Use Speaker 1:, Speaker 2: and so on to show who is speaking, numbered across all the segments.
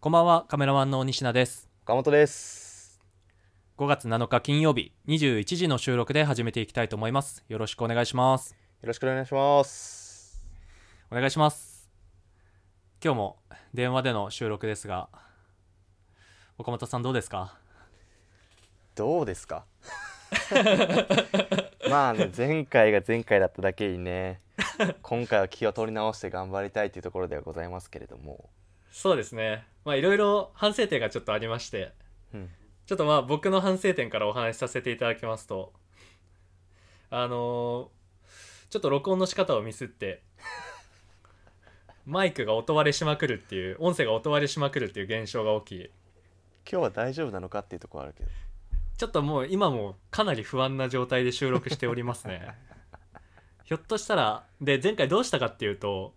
Speaker 1: こんばんは、カメラマンの西名です。
Speaker 2: 岡本です。
Speaker 1: 5月7日金曜日21時の収録で始めていきたいと思います。よろしくお願いします。
Speaker 2: よろしくお願いします。
Speaker 1: お願いします。今日も電話での収録ですが、岡本さんどうですか
Speaker 2: どうです かまあね、前回が前回だっただけにね、今回は気を取り直して頑張りたいというところではございますけれども。
Speaker 3: そうですねまあいろいろ反省点がちょっとありまして
Speaker 2: うん。
Speaker 3: ちょっとまあ僕の反省点からお話しさせていただきますとあのーちょっと録音の仕方をミスってマイクが音割れしまくるっていう音声が音割れしまくるっていう現象が起き
Speaker 2: 今日は大丈夫なのかっていうところあるけど。
Speaker 3: ちょっともう今もかなり不安な状態で収録しておりますねひょっとしたらで前回どうしたかっていうと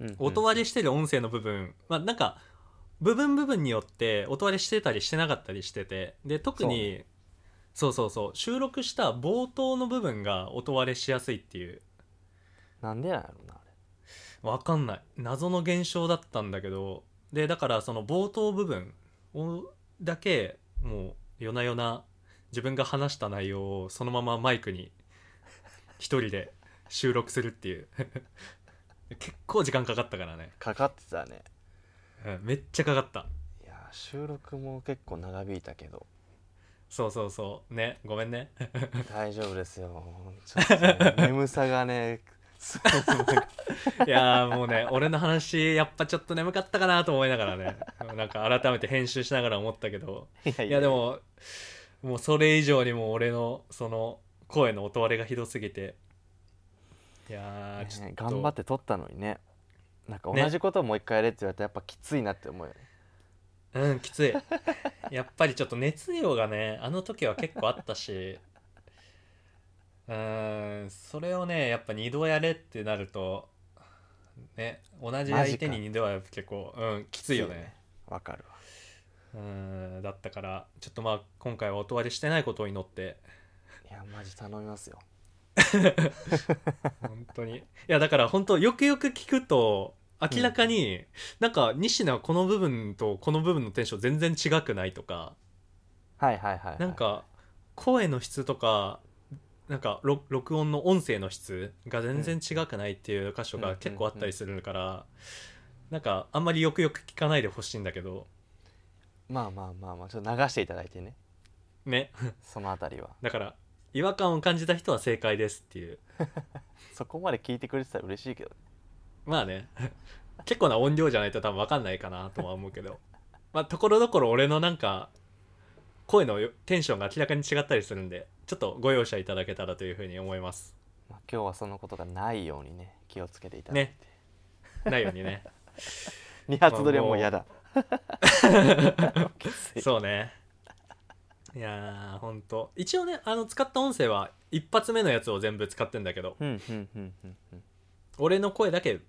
Speaker 2: うん
Speaker 3: 音割れしてる音声の部分、まあ、なんか部分部分によって音割れしてたりしてなかったりしててで特にそうそうそう収録した冒頭の部分が音割れしやすいっていう
Speaker 2: なんでなんやろうな、あれ。
Speaker 3: わかんない謎の現象だったんだけどでだからその冒頭部分をだけもう夜な夜な自分が話した内容をそのままマイクに一人で収録するっていう 結構時間かかったからね、
Speaker 2: かかってたね。
Speaker 3: うんめっちゃかかった
Speaker 2: いやー、収録も結構長引いたけど、
Speaker 3: そうそうそうねごめんね
Speaker 2: 大丈夫ですよ。ちょっとね、 眠さがね、そう
Speaker 3: いやーもうね俺の話やっぱちょっと眠かったかなと思いながらねなんか改めて編集しながら思ったけど
Speaker 2: いや
Speaker 3: いやで、ももうそれ以上にもう俺のその声の音割れがひどすぎていやーちょっ
Speaker 2: ね
Speaker 3: と
Speaker 2: 頑張って撮ったのにねなんか
Speaker 3: ね
Speaker 2: 同じことをもう一回やれって言われたらやっぱきついなって思うよね
Speaker 3: うんきついやっぱりちょっと熱量がねあの時は結構あったしうーんそれをねやっぱ2度やれってなるとね同じ相手に2度はやっぱ結構うんきついよね
Speaker 2: わかるわ
Speaker 3: うんだったからちょっとまあ今回は音割れしてないことを祈って
Speaker 2: いやマジ頼みますよ
Speaker 3: 本当にいやだから本当よくよく聞くと明らかに、なんか西野はこの部分とこの部分のテンション全然違くないとか
Speaker 2: はいはいはい、はい、
Speaker 3: なんか声の質とかなんか録録音の音声の質が全然違くないっていう箇所
Speaker 2: う
Speaker 3: が
Speaker 2: ん
Speaker 3: 結構あったりするから、なんかあんまりよくよく聞かないでほしいんだけど
Speaker 2: まあまあまあまあちょっと流していただいてね
Speaker 3: ね
Speaker 2: そのあたりは
Speaker 3: だから違和感を感じた人は正解ですっていう
Speaker 2: そこまで聞いてくれてたら嬉しいけど
Speaker 3: まあね結構な音量じゃないと多分分かんないかなとは思うけどまあところどころ俺のなんか声のよテンションが明らかに違ったりするんでちょっとご容赦いただけたらというふうに思います
Speaker 2: まあ、今日はそのことがないようにね気をつけていただいて、
Speaker 3: ないようにね
Speaker 2: 二発撮りはもう嫌だ きつい
Speaker 3: そうねいやーほんと一応ねあの使った音声は一発目のやつを全部使ってんだけど
Speaker 2: うんうんうんうんうん
Speaker 3: 俺の声だけ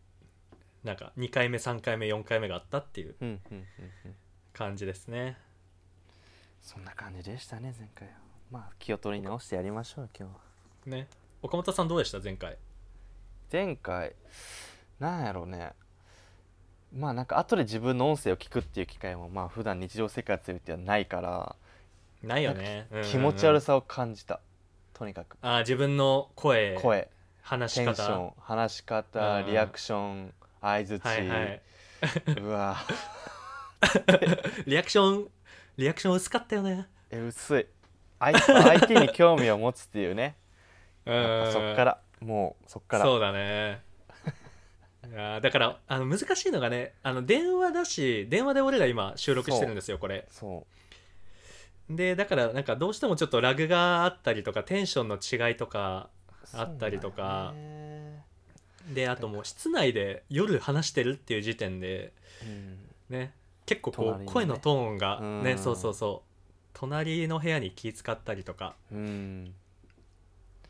Speaker 3: なんか2回目3回目4回目があったっていう
Speaker 2: うんうんうんうん
Speaker 3: 感じですね
Speaker 2: そんな感じでしたね前回はまあ気を取り直してやりましょう今日は
Speaker 3: ね岡本さんどうでした前回
Speaker 2: 前回なんやろうねまあなんか後で自分の音声を聞くっていう機会もまあ普段日常生活ではないから
Speaker 3: ないよね
Speaker 2: 気持ち悪
Speaker 3: さ
Speaker 2: さを感じた、とにかく
Speaker 3: あー自分の声
Speaker 2: 声
Speaker 3: 話し
Speaker 2: テンショ
Speaker 3: 方
Speaker 2: ン話し方
Speaker 3: うん
Speaker 2: リアクション相づち、
Speaker 3: はいはいう
Speaker 2: わ
Speaker 3: リアクションリアクション薄かったよね
Speaker 2: え薄い相相手に興味を持つっていうね
Speaker 3: う
Speaker 2: やっぱそっからもうそっから
Speaker 3: そうだねいやーだからあの難しいのがねあの電話だし電話で俺ら今収録してるんですよこれ
Speaker 2: そ
Speaker 3: でだからなんかどうしてもちょっとラグがあったりとかテンションの違いとか
Speaker 2: う
Speaker 3: あったりとか
Speaker 2: そうなんよね
Speaker 3: であともう室内で夜話してるっていう時点で
Speaker 2: うん
Speaker 3: ね結構こ
Speaker 2: 隣
Speaker 3: う
Speaker 2: にね
Speaker 3: 声のトーンがね
Speaker 2: うん
Speaker 3: そうそうそう隣の部屋に気使ったりとか
Speaker 2: うん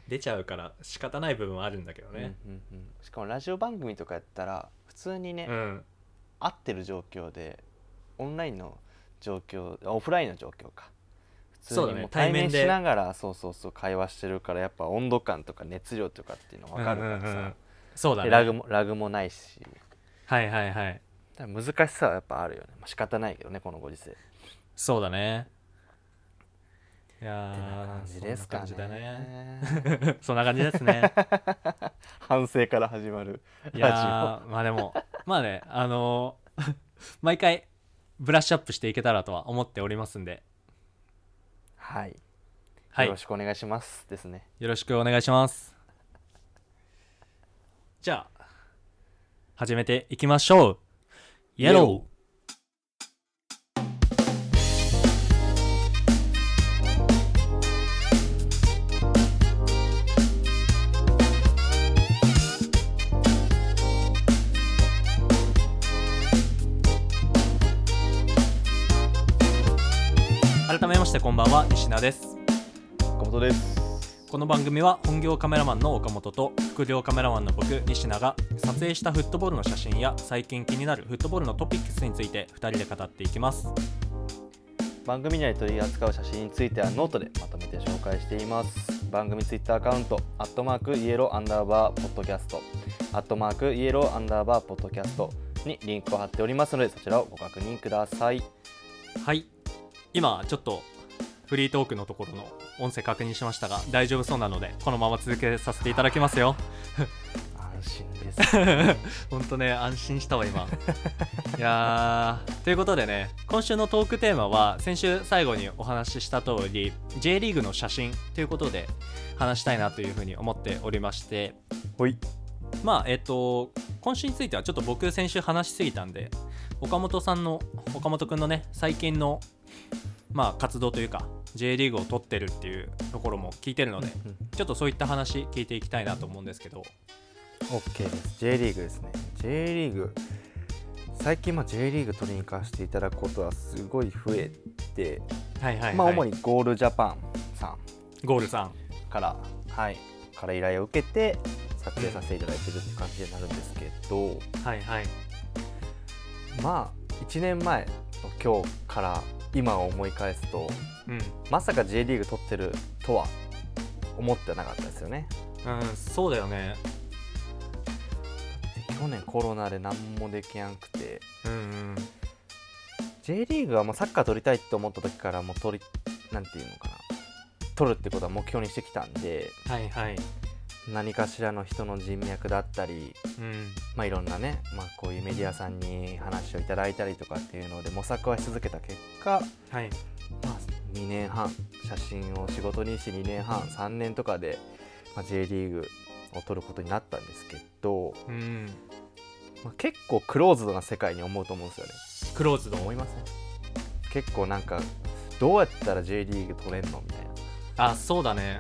Speaker 3: 出ちゃうから仕方ない部分はあるんだけどね
Speaker 2: うんうんうん、しかもラジオ番組とかやったら普通にね、
Speaker 3: うん
Speaker 2: 合ってる状況でオンラインの状況あオフラインの状況か普通
Speaker 3: そうだ
Speaker 2: に
Speaker 3: ね
Speaker 2: もう
Speaker 3: 対
Speaker 2: 対
Speaker 3: 面
Speaker 2: 面
Speaker 3: で
Speaker 2: しながらそう,、そうそう会話してるからやっぱ温度感とか熱量とかっていうの分かるからさ、
Speaker 3: うんうんうんそうだ
Speaker 2: で
Speaker 3: ね
Speaker 2: ラグもラグもないし
Speaker 3: はいはいはい
Speaker 2: だから難しさはやっぱあるよね、まあ、仕方ないけどねこのご時世
Speaker 3: そうだねいや
Speaker 2: ってな感
Speaker 3: ー
Speaker 2: じですか
Speaker 3: そんな感じだね
Speaker 2: ね
Speaker 3: そんな感じですね
Speaker 2: 反省から始まる
Speaker 3: いやーまあでもまあねあのー 毎回ブラッシュアップしていけたらとは思っておりますんで
Speaker 2: はい、
Speaker 3: はい
Speaker 2: よろしくお願いしますですね
Speaker 3: よろしくお願いしますじゃあ始めていきましょうイエ
Speaker 2: イエ
Speaker 3: ロ
Speaker 2: ロ
Speaker 3: ー改めましてこんばんは西名です
Speaker 2: 岡本です
Speaker 3: この番組は本業カメラマンの岡本と副業カメラマンの僕西名が撮影したフットボールの写真や最近気になるフットボールのトピックスについて2人で語っていきます
Speaker 2: 番組内で取り扱う写真についてはノートでまとめて紹介しています番組ツイッターアカウントアットマークイエローアンダーバーポッドキャストアットマークイエローアンダーバーポッドキャストにリンクを貼っておりますのでそちらをご確認ください
Speaker 3: はい今ちょっとフリートークのところの音声確認しましたが大丈夫そうなのでこのまま続けさせていただきますよ
Speaker 2: 安心です
Speaker 3: ほんとね安心したわ今いやーということでね今週のトークテーマは先週最後にお話しした通り J リーグの写真ということで話したいなというふうに思っておりまして
Speaker 2: ほい
Speaker 3: まあえっと今週についてはちょっと僕先週話しすぎたんで岡本さんの岡本くんのね最近のまあ活動というか J リーグを取ってるっていうところも聞いてるのでちょっとそういった話聞いていきたいなと思うんですけど
Speaker 2: OK です J リーグですね J リーグ最近まあ J リーグ取りに行かせていただくことはすごい増えて、
Speaker 3: はいはい、はい、
Speaker 2: まあ主にゴールジャパンさん
Speaker 3: ゴールさん
Speaker 2: からはいから依頼を受けて撮影させていただいてるって感じになるんですけど、
Speaker 3: はいはい
Speaker 2: まあ1年前の今日から今を思い返すと
Speaker 3: うん、
Speaker 2: まさか J リーグ取ってるとは思ってなかったですよね
Speaker 3: うん、そうだよね
Speaker 2: で去年コロナで何もできやんくて
Speaker 3: うん
Speaker 2: J リーグはもうサッカー取りたいって思った時からもう取りなんていうのかな取るってことは目標にしてきたんで
Speaker 3: はいはい
Speaker 2: 何かしらの人の人脈だったり、
Speaker 3: うん
Speaker 2: まあ、いろんなね、まあ、こういうメディアさんに話をいただいたりとかっていうので模索はし続けた結果、
Speaker 3: はい
Speaker 2: まあ、2年半写真を仕事にして2年半3年とかで、まあ、J リーグを取ることになったんですけど、
Speaker 3: うん
Speaker 2: まあ、結構クローズドな世界に思うと思うんですよね。
Speaker 3: クローズド
Speaker 2: 思いません結構なんかどうやったら J リーグ取れんのみたいな
Speaker 3: あそうだね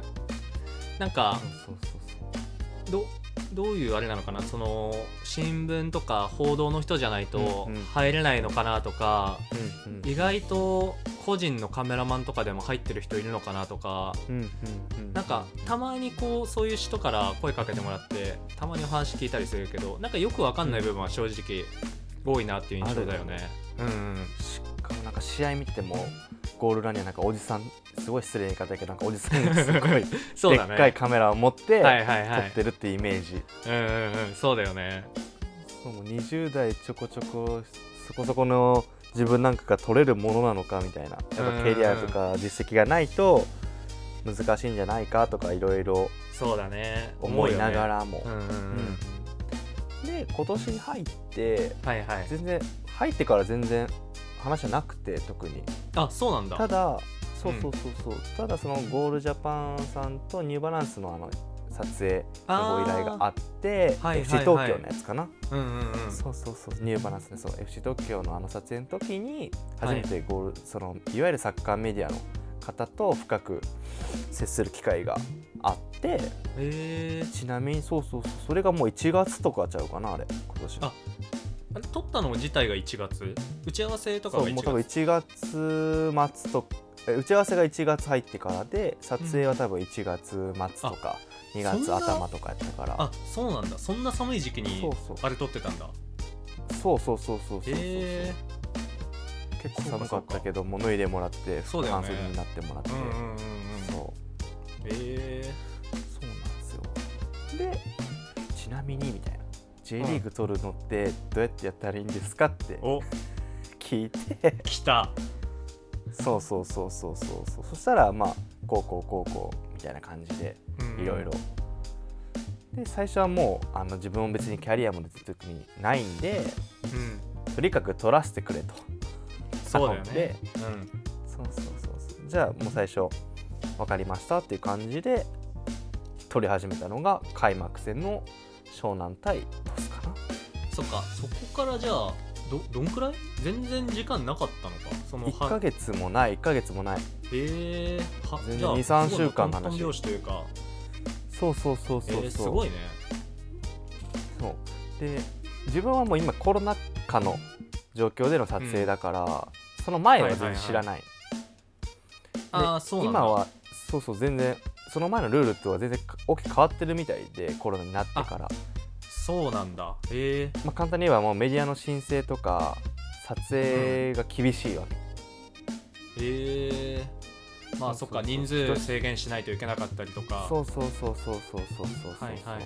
Speaker 3: なんか
Speaker 2: そうそうそう
Speaker 3: どどういうあれなのかなその新聞とか報道の人じゃないと
Speaker 2: うんうん
Speaker 3: 入れないのかなとか、
Speaker 2: そううんうん
Speaker 3: 意外と個人のカメラマンとかでも入ってる人いるのかなとか
Speaker 2: うんうんうん
Speaker 3: なんかたまにこうそういう人から声かけてもらってたまにお話聞いたりするけどなんかよくわかんない部分は正直多いなっていう印象だよね。うんうん
Speaker 2: しかもなんか試合見ててもゴールラインにはなんかおじさんすごい失礼な言い方だけどなんかおじさんがすごい
Speaker 3: そう
Speaker 2: で
Speaker 3: だ
Speaker 2: っ
Speaker 3: ね
Speaker 2: かいカメラを持っ
Speaker 3: は
Speaker 2: て撮
Speaker 3: いはいは
Speaker 2: っ
Speaker 3: い
Speaker 2: てるっていうイメージ、
Speaker 3: うんうんうんそうだよね
Speaker 2: そうもう20代ちょこちょこそこそこの自分なんかが取れるものなのかみたいなやっぱキャリアとか実績がないと難しいんじゃないかとかいろいろ
Speaker 3: そうだね
Speaker 2: 思いながらも、
Speaker 3: 思うよね、うんうんうん
Speaker 2: で今年に入って
Speaker 3: はいはい
Speaker 2: 全然入ってから全然話はなくて特に
Speaker 3: あそうなんだ
Speaker 2: ただそう
Speaker 3: うん
Speaker 2: そうそうそう、ただそのゴールジャパンさんとニューバランスのあの撮影のご依頼があって
Speaker 3: あーはい
Speaker 2: FC
Speaker 3: はい
Speaker 2: 東
Speaker 3: はい
Speaker 2: 京のやつかな、
Speaker 3: うんうんうん
Speaker 2: そうそうそうニューバランスねそう FC 東京のあの撮影の時に
Speaker 3: は
Speaker 2: 初
Speaker 3: い
Speaker 2: めてゴール、そのいわゆるサッカーメディアの方と深く接する機会があって
Speaker 3: えー
Speaker 2: ちなみにそうそうそうそれがもう1月とかちゃうかなあれ今年の
Speaker 3: ああれ撮ったの自体が1月打ち合わせとか
Speaker 2: そ
Speaker 3: が1
Speaker 2: うもう
Speaker 3: 月
Speaker 2: 多分1月末とえ打ち合わせが1月入ってからで撮影は多分1月末とか、2
Speaker 3: そん
Speaker 2: 月
Speaker 3: な
Speaker 2: 頭とかやったから
Speaker 3: あそうなんだそんな寒い時期に
Speaker 2: そうそう
Speaker 3: あれ撮ってたんだ
Speaker 2: そうそうそうそうそうそう、
Speaker 3: え
Speaker 2: 結構寒かったけどもう脱いでもらって
Speaker 3: そうだよ
Speaker 2: 半
Speaker 3: ね
Speaker 2: 袖になってもらって
Speaker 3: ー、う
Speaker 2: そ
Speaker 3: ん
Speaker 2: う,、
Speaker 3: うんうんうんえ
Speaker 2: そうなんですよでちなみにみたいな J リーグ取るのってどうやってやったらいいんですかって
Speaker 3: お
Speaker 2: 聞いて
Speaker 3: 来た
Speaker 2: そうそうそうそうそうそうそしたらまあこうこうこうこうみたいな感じでいろいろで最初はもうあの自分も別にキャリアも別に特にないんで
Speaker 3: うん、うん、
Speaker 2: とにかく取らせてくれと
Speaker 3: そうだよ
Speaker 2: 頼んで
Speaker 3: ねうん
Speaker 2: そうそうそうそうじゃあもう最初分かりましたっていう感じで取り始めたのが開幕戦の湘南対鳥栖かな
Speaker 3: そっかそこからじゃあどどんくらい全然時間なかったのかその
Speaker 2: 1ヶ
Speaker 3: は
Speaker 2: 月もない1ヶ月もない
Speaker 3: えー、は
Speaker 2: 全然
Speaker 3: じゃあ
Speaker 2: 2 3週間の
Speaker 3: すごいトント
Speaker 2: 話
Speaker 3: ン拍子というか
Speaker 2: そうそうそうそうそう、
Speaker 3: えー、すごいね
Speaker 2: そうで自分はもう今コロナ禍の状況での撮影だから、その前は全然知らない,で、
Speaker 3: ああそうなんだ
Speaker 2: 今はそうそう全然その前のルールとは全然大きく変わってるみたいでコロナになってから
Speaker 3: そうなんだえ
Speaker 2: まあ、簡単に言えばもうメディアの申請とか撮影が厳しいわけ、
Speaker 3: ー、えー、まあ
Speaker 2: そ
Speaker 3: そう
Speaker 2: そ
Speaker 3: っ
Speaker 2: うそう
Speaker 3: か人数制限しないといけなかったりとか
Speaker 2: そうそうそうそうそうそうそうそう、
Speaker 3: はいはいはい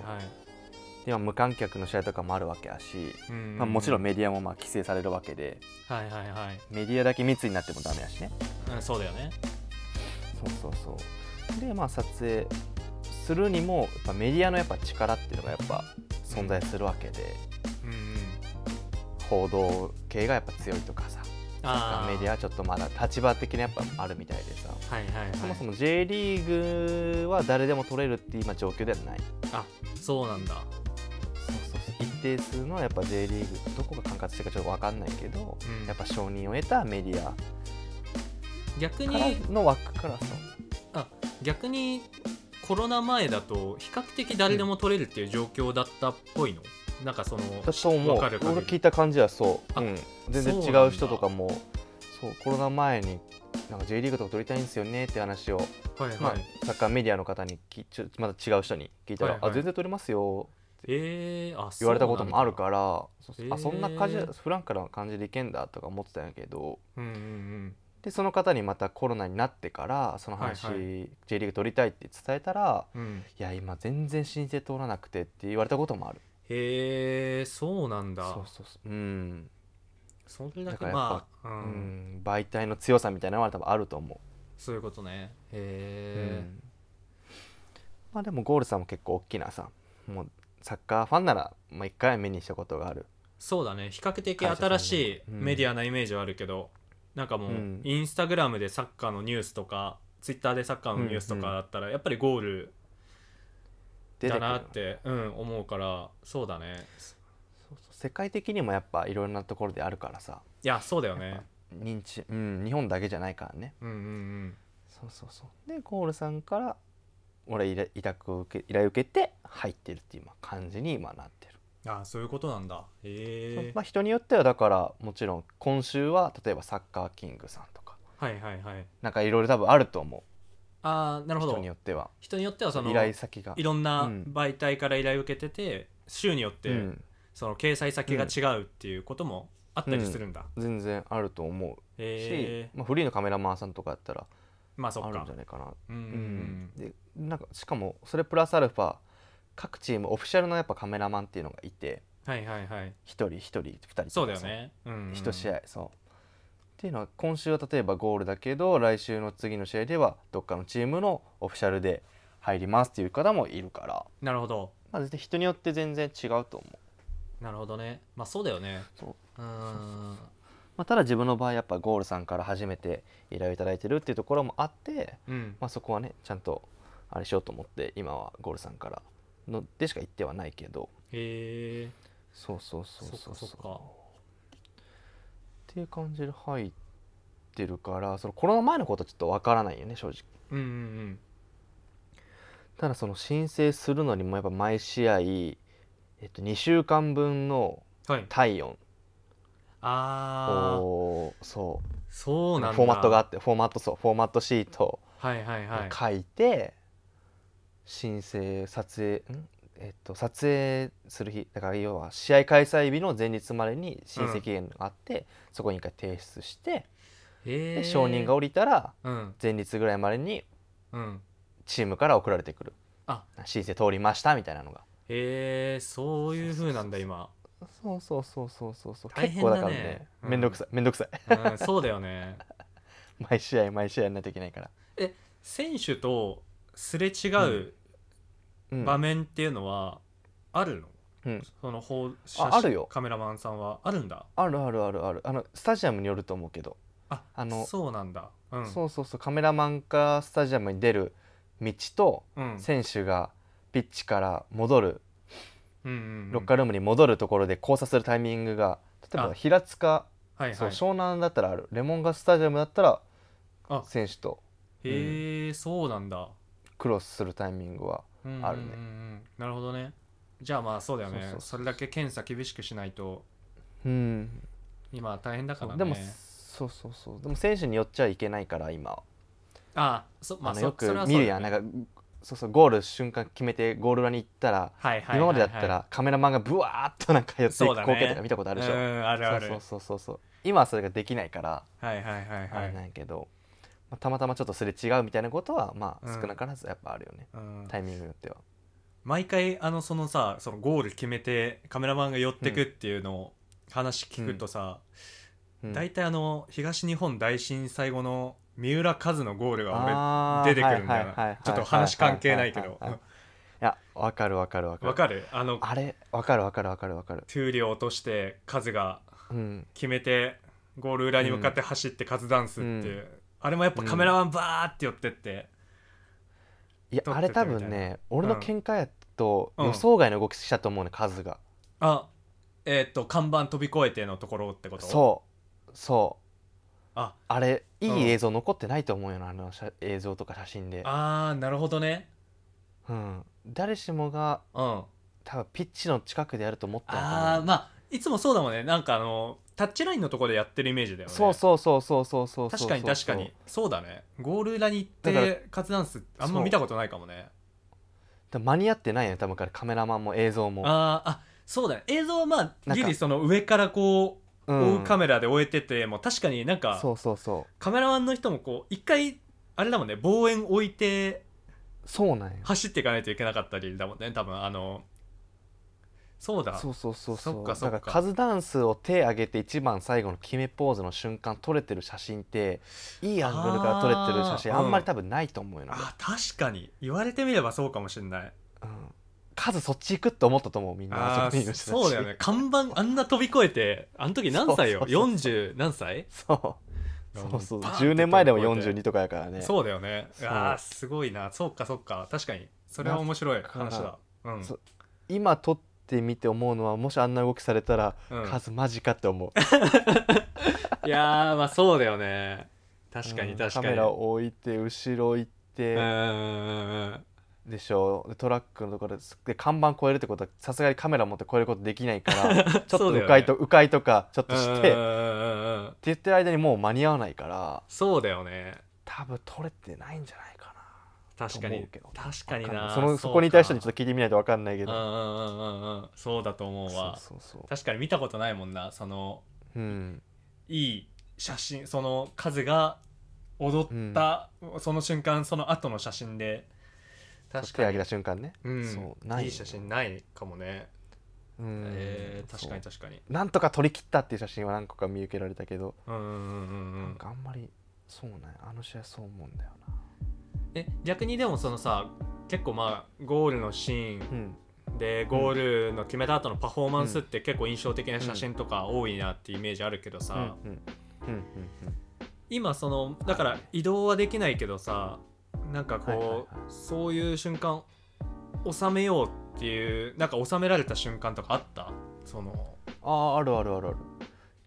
Speaker 2: 今無観客の試合とかもあるわけやし、
Speaker 3: うんうんうん
Speaker 2: まあ、もちろんメディアもまあ規制されるわけで
Speaker 3: はいはいはい、
Speaker 2: メディアだけ密になってもダメやしね
Speaker 3: うん、そうだよね
Speaker 2: そうそうそうでまあ撮影するにもやっぱメディアのやっぱ力っていうのがやっぱ存在するわけで
Speaker 3: うんうん
Speaker 2: 報道系がやっぱ強いとかさ
Speaker 3: あ
Speaker 2: メディアはちょっとまだ立場的にやっぱあるみたいでさ
Speaker 3: アはいはいはい
Speaker 2: そもそも J リーグは誰でも取れるって今状況ではない
Speaker 3: あそうなんだ
Speaker 2: そうそうそう一定数のやっぱ J リーグどこが管轄してるかちょっと分かんないけど、
Speaker 3: うん
Speaker 2: やっぱ承認を得たメディア
Speaker 3: 逆
Speaker 2: から
Speaker 3: に
Speaker 2: の枠からそう
Speaker 3: 逆にコロナ前だと比較的誰でも取れるっていう状況だったっぽいの、なんかその
Speaker 2: 私と思う
Speaker 3: わ
Speaker 2: 俺
Speaker 3: かる限り
Speaker 2: 聞いた感じはそう、
Speaker 3: あ
Speaker 2: うん、全然
Speaker 3: そうな
Speaker 2: 違
Speaker 3: んだ
Speaker 2: う人とかもそうコロナ前になんか J リーグとか取りたいんですよねって話を、
Speaker 3: はいはい、
Speaker 2: まあ、サッカーメディアの方にきちょまた違う人に聞いたら、
Speaker 3: はいはい
Speaker 2: あ全然取れますよ
Speaker 3: えー、あ
Speaker 2: 言われたこともあるからそうそう
Speaker 3: へー
Speaker 2: あそんな感じフランクな感じでいけんだとか思ってたんやけど
Speaker 3: そうなんだうんうん
Speaker 2: でその方にまたコロナになってからその話、
Speaker 3: はいは
Speaker 2: J リーグ取りたいって伝えたら
Speaker 3: うんうん
Speaker 2: いや今全然申請通らなくてって言われたこともある
Speaker 3: へえそうなんだ
Speaker 2: そうそうそううん、
Speaker 3: それだ
Speaker 2: だ
Speaker 3: け
Speaker 2: からやっ
Speaker 3: まあ、
Speaker 2: う
Speaker 3: うん
Speaker 2: ん、媒体の強さみたいなのは多分あると思う
Speaker 3: そういうことね
Speaker 2: う
Speaker 3: へ
Speaker 2: んまあでもゴールさんも結構大きなさもうサッカーファンなら、まあ、1回は目にしたことがある
Speaker 3: えそうだね比較的新しい
Speaker 2: うん
Speaker 3: メディアなイメージはあるけど、なんかもう、
Speaker 2: うん
Speaker 3: インスタグラムでサッカーのニュースとかツイッターでサッカーのニュースとかだったら、やっぱりゴール
Speaker 2: 出て
Speaker 3: だ
Speaker 2: くる
Speaker 3: なって、うん、思うからそうだね
Speaker 2: そうそう世界的にもやっぱいろんなところであるからさ
Speaker 3: いやそうだよね
Speaker 2: 認知、うん、日本だけじゃないからね
Speaker 3: うんうんうん
Speaker 2: そうそうそうでゴールさんから俺依頼委託を受け依頼受けて入ってるっていう今感じに今なってる
Speaker 3: あそういうことなんだへえ
Speaker 2: まあ、人によってはだからもちろん今週は例えばサッカーキングさんとか
Speaker 3: はいはいはい
Speaker 2: なんかいろいろ多分あると思
Speaker 3: ああな
Speaker 2: う
Speaker 3: るほど
Speaker 2: 人によっては
Speaker 3: 人によってはその
Speaker 2: 依頼先が
Speaker 3: いろんな
Speaker 2: うん
Speaker 3: 媒体から依頼を受けてて、週によって、
Speaker 2: うん、
Speaker 3: その掲載先が違うっていうこともあったりするんだ、
Speaker 2: 全然あると思うし、
Speaker 3: へえ
Speaker 2: まあ、フリーのカメラマンさんとかやったら
Speaker 3: まあそ
Speaker 2: あ
Speaker 3: っ
Speaker 2: るん
Speaker 3: か
Speaker 2: じゃないかな
Speaker 3: うんうん
Speaker 2: う
Speaker 3: うん
Speaker 2: ん、でなんかしかもそれプラスアルファ各チームオフィシャルのやっぱカメラマンっていうのがいて
Speaker 3: はいはいはい
Speaker 2: 一人一人二人とか
Speaker 3: そうだよねうん
Speaker 2: 一試合そうっていうのは今週は例えばゴールだけど来週の次の試合ではどっかのチームのオフィシャルで入りますっていう方もいるから、
Speaker 3: なるほど
Speaker 2: まあ、全然人によって全然違うと思う、
Speaker 3: なるほどねまあそうだよね
Speaker 2: そう
Speaker 3: うーん
Speaker 2: まあ、ただ自分の場合やっぱゴールさんから初めて依頼をいただいてるっていうところもあって、
Speaker 3: うん
Speaker 2: まあ、そこはねちゃんとあれしようと思って今はゴールさんからのでしか言ってはないけど
Speaker 3: へえ
Speaker 2: そうそうそう
Speaker 3: そ
Speaker 2: そ
Speaker 3: っ
Speaker 2: う
Speaker 3: かそっか
Speaker 2: っていう感じで入ってるからそのコロナ前のことはちょっとわからないよね正直。
Speaker 3: うんうん
Speaker 2: ただその申請するのにもやっぱ毎試合、えっと、2週間分の
Speaker 3: うんはい
Speaker 2: 体温
Speaker 3: ああ
Speaker 2: をそう
Speaker 3: そう
Speaker 2: フ
Speaker 3: なんだ
Speaker 2: ォーマットがあってフォーマットそうフォーマットシート
Speaker 3: はいはいはい
Speaker 2: 書いて、申請撮影んえっと撮影する日だから要は試合開催日の前日までに申請期限があって、そこに一回提出して、
Speaker 3: へ
Speaker 2: で
Speaker 3: え
Speaker 2: 承認が下りたら
Speaker 3: うん
Speaker 2: 前日ぐらいまでに
Speaker 3: うん
Speaker 2: チームから送られてくる
Speaker 3: あ
Speaker 2: 申請通りましたみたいなのが
Speaker 3: へえそういう風なんだ今
Speaker 2: そうそうそうそうそうそう
Speaker 3: 大
Speaker 2: 結
Speaker 3: 変
Speaker 2: 構
Speaker 3: だね
Speaker 2: だからね
Speaker 3: うん
Speaker 2: めんどくさいめんどくさい
Speaker 3: うんそうだよね
Speaker 2: 毎試合毎試合やんないといけないから、
Speaker 3: 選手とすれ違う
Speaker 2: うん、
Speaker 3: 場面っていうのはあるの、
Speaker 2: うん
Speaker 3: その放射
Speaker 2: ああるよ
Speaker 3: カメラマンさんはあるんだ
Speaker 2: あるあるあるあるあのスタジアムによると思うけど、
Speaker 3: あ
Speaker 2: あの
Speaker 3: そうなんだうん
Speaker 2: そうそうそうカメラマンがスタジアムに出る道と
Speaker 3: うん
Speaker 2: 選手がピッチから戻る
Speaker 3: うんうん
Speaker 2: ロッカールームに戻るところで交差するタイミングが例えば
Speaker 3: あ
Speaker 2: 平塚
Speaker 3: はい
Speaker 2: そう
Speaker 3: はい
Speaker 2: 湘南だったらあるレモンガススタジアムだったら
Speaker 3: あ
Speaker 2: 選手と
Speaker 3: へえそうなんだ
Speaker 2: クロスするタイミングは
Speaker 3: うん
Speaker 2: あるね
Speaker 3: うんうんうんなるほどねじゃあまあそうだよね
Speaker 2: そ
Speaker 3: そ
Speaker 2: うそうそう
Speaker 3: れだけ検査厳しくしないと
Speaker 2: うん
Speaker 3: 今大変だからね
Speaker 2: でもそうそうそうでも選手によっちゃいけないから今
Speaker 3: あそま
Speaker 2: あ
Speaker 3: あ
Speaker 2: の
Speaker 3: そ
Speaker 2: よく
Speaker 3: それはそう
Speaker 2: 見る
Speaker 3: だ
Speaker 2: や
Speaker 3: よ
Speaker 2: ん
Speaker 3: ね
Speaker 2: なんかそうそうゴール瞬間決めてゴール裏に行ったら
Speaker 3: はいはいはいはい
Speaker 2: 今までだったらカメラマンがブワーっとなんかやってい
Speaker 3: そう
Speaker 2: く
Speaker 3: だね
Speaker 2: 光景とか見たことあるでしょ
Speaker 3: うんあるある
Speaker 2: そうそうそうそう今はそれができないから
Speaker 3: はいはいはい
Speaker 2: あ
Speaker 3: は
Speaker 2: れ
Speaker 3: い、
Speaker 2: なんやけど、まあ、たまたまちょっとすれ違うみたいなことはまあ
Speaker 3: うん
Speaker 2: 少なからずやっぱあるよね、
Speaker 3: うん
Speaker 2: タイミングによっては
Speaker 3: 毎回あのそのさそのゴール決めてカメラマンが寄ってくっていうのを話聞くとさ、
Speaker 2: うん
Speaker 3: 大体あの東日本大震災後の三浦和のゴールが
Speaker 2: あー
Speaker 3: 俺出てくるんだよ
Speaker 2: はいはいはいは
Speaker 3: ないちょっと話関係ないけど
Speaker 2: はははいやわかるわかるわかる
Speaker 3: わかるあの
Speaker 2: あれわかるわかるわかるわかる
Speaker 3: 闘莉を落としてカズが
Speaker 2: うん
Speaker 3: 決めてゴール裏に向かって走ってカズダンスっていう、
Speaker 2: う
Speaker 3: あれもやっぱカメラマンバーって寄ってって、
Speaker 2: いや
Speaker 3: 撮っ
Speaker 2: あ
Speaker 3: て
Speaker 2: れ
Speaker 3: て
Speaker 2: 多分
Speaker 3: みたい
Speaker 2: ね俺の見解やと
Speaker 3: うん
Speaker 2: 予想外の動きしたと思うね数が、
Speaker 3: あえーっと看板飛び越えてのところってこと
Speaker 2: そうそう
Speaker 3: あ
Speaker 2: あれい
Speaker 3: うん
Speaker 2: い映像残ってないと思うよなあの写映像とか写真で、
Speaker 3: あーなるほどね
Speaker 2: うん、誰しもが
Speaker 3: うん
Speaker 2: 多分ピッチの近くでやると思ったのかな
Speaker 3: ああまあいつもそうだもんねなんかあのタッチラインのところでやってるイメージだよね
Speaker 2: そうそうそうそうそうそうそ
Speaker 3: 確
Speaker 2: う
Speaker 3: かに確かにそうだねゴール裏に行っ
Speaker 2: だか
Speaker 3: てカツダンスあんま見たことないかもね
Speaker 2: でも間に合ってないよね多分からカメラマンも映像も、
Speaker 3: あーあそうだね映像はま
Speaker 2: な
Speaker 3: あ
Speaker 2: んか
Speaker 3: ギリその上からこ
Speaker 2: う
Speaker 3: う、
Speaker 2: ん
Speaker 3: 追うカメラで追えてても確かになんか
Speaker 2: そうそうそう
Speaker 3: カメラマンの人もこう一回あれだもんね望遠置いて
Speaker 2: そうなんや
Speaker 3: 走っていかないといけなかったりだもんね多分あのそうだ
Speaker 2: そうそうそうそう
Speaker 3: そっかそっか
Speaker 2: だからカズダンスを手上げて一番最後の決めポーズの瞬間撮れてる写真っていいアングルから撮れてる写真
Speaker 3: あ
Speaker 2: あ
Speaker 3: ー
Speaker 2: んまり多分ないと思うよな、
Speaker 3: あ確かに言われてみればそうかもしれない
Speaker 2: うん、カズそっち行くって思ったと思うみんな
Speaker 3: あ
Speaker 2: あそこにい
Speaker 3: ー
Speaker 2: る人たち
Speaker 3: そうだよね看板あんな飛び越えてあの時何歳よ
Speaker 2: そうそうそう
Speaker 3: 40何歳
Speaker 2: そうそうそう
Speaker 3: パーンって飛び越えて
Speaker 2: 10年前でも42とかやからね
Speaker 3: そうだよね
Speaker 2: そう
Speaker 3: あーすごいなそうかそうか確かにそれは面白い話だうん
Speaker 2: そ今撮ってみて思うのはもしあんな動きされたら、
Speaker 3: うん
Speaker 2: カズマジかって思う
Speaker 3: いやーまあそうだよね確か
Speaker 2: う
Speaker 3: に
Speaker 2: ん
Speaker 3: 確か
Speaker 2: カ
Speaker 3: に
Speaker 2: メラを置いて後ろ行っ
Speaker 3: う
Speaker 2: て、
Speaker 3: んうんうんうん
Speaker 2: でしょでトラックのところですで看板越えるってことはさすがにカメラ持って越えることできないか らちょっと
Speaker 3: そうだよね
Speaker 2: 迂回と、迂回とかちょっ
Speaker 3: う
Speaker 2: と
Speaker 3: ん
Speaker 2: し
Speaker 3: う
Speaker 2: て、
Speaker 3: ん
Speaker 2: って
Speaker 3: うんうんうん
Speaker 2: 言ってる間にもう間に合わないから
Speaker 3: そうだよね
Speaker 2: 多分撮れてないんじゃないか
Speaker 3: 確か
Speaker 2: と思
Speaker 3: に
Speaker 2: うけど
Speaker 3: 確か
Speaker 2: な
Speaker 3: に
Speaker 2: わかんない
Speaker 3: な
Speaker 2: その
Speaker 3: う
Speaker 2: そ
Speaker 3: か
Speaker 2: こに対してちょっと聞いてみないと分かんないけ
Speaker 3: うんう
Speaker 2: ど
Speaker 3: んうんうんうんそうだと思う
Speaker 2: そう
Speaker 3: わ
Speaker 2: そうそう
Speaker 3: 確かに見たことないもんなその
Speaker 2: うん
Speaker 3: いい写真そのカズが踊った、その瞬間その後の写真で確
Speaker 2: 手
Speaker 3: か
Speaker 2: 上げ
Speaker 3: に
Speaker 2: た瞬間ね、
Speaker 3: うん
Speaker 2: そうない
Speaker 3: い写真ないかもね、
Speaker 2: うん
Speaker 3: えー確かに
Speaker 2: そう
Speaker 3: 確かに
Speaker 2: なんとか撮り切ったっていう写真は何個か見受けられたけど、
Speaker 3: うんうんうんう
Speaker 2: なん
Speaker 3: ん
Speaker 2: かあんまりそうなんやあの試合そう思うんだよ
Speaker 3: え逆にでもそのさ結構まあゴールのシー
Speaker 2: なうん
Speaker 3: ンでゴールの決めた後のパフォーマンスって結構印象的な写真とか多いなってイメージあるけどさ、
Speaker 2: うんうんうんうん
Speaker 3: 今そのだから移動はできないけどさなんかこう、
Speaker 2: はいはいはい
Speaker 3: そういう瞬間収めようっていうなんか収められた瞬間とかあったその
Speaker 2: あーあるあるあるある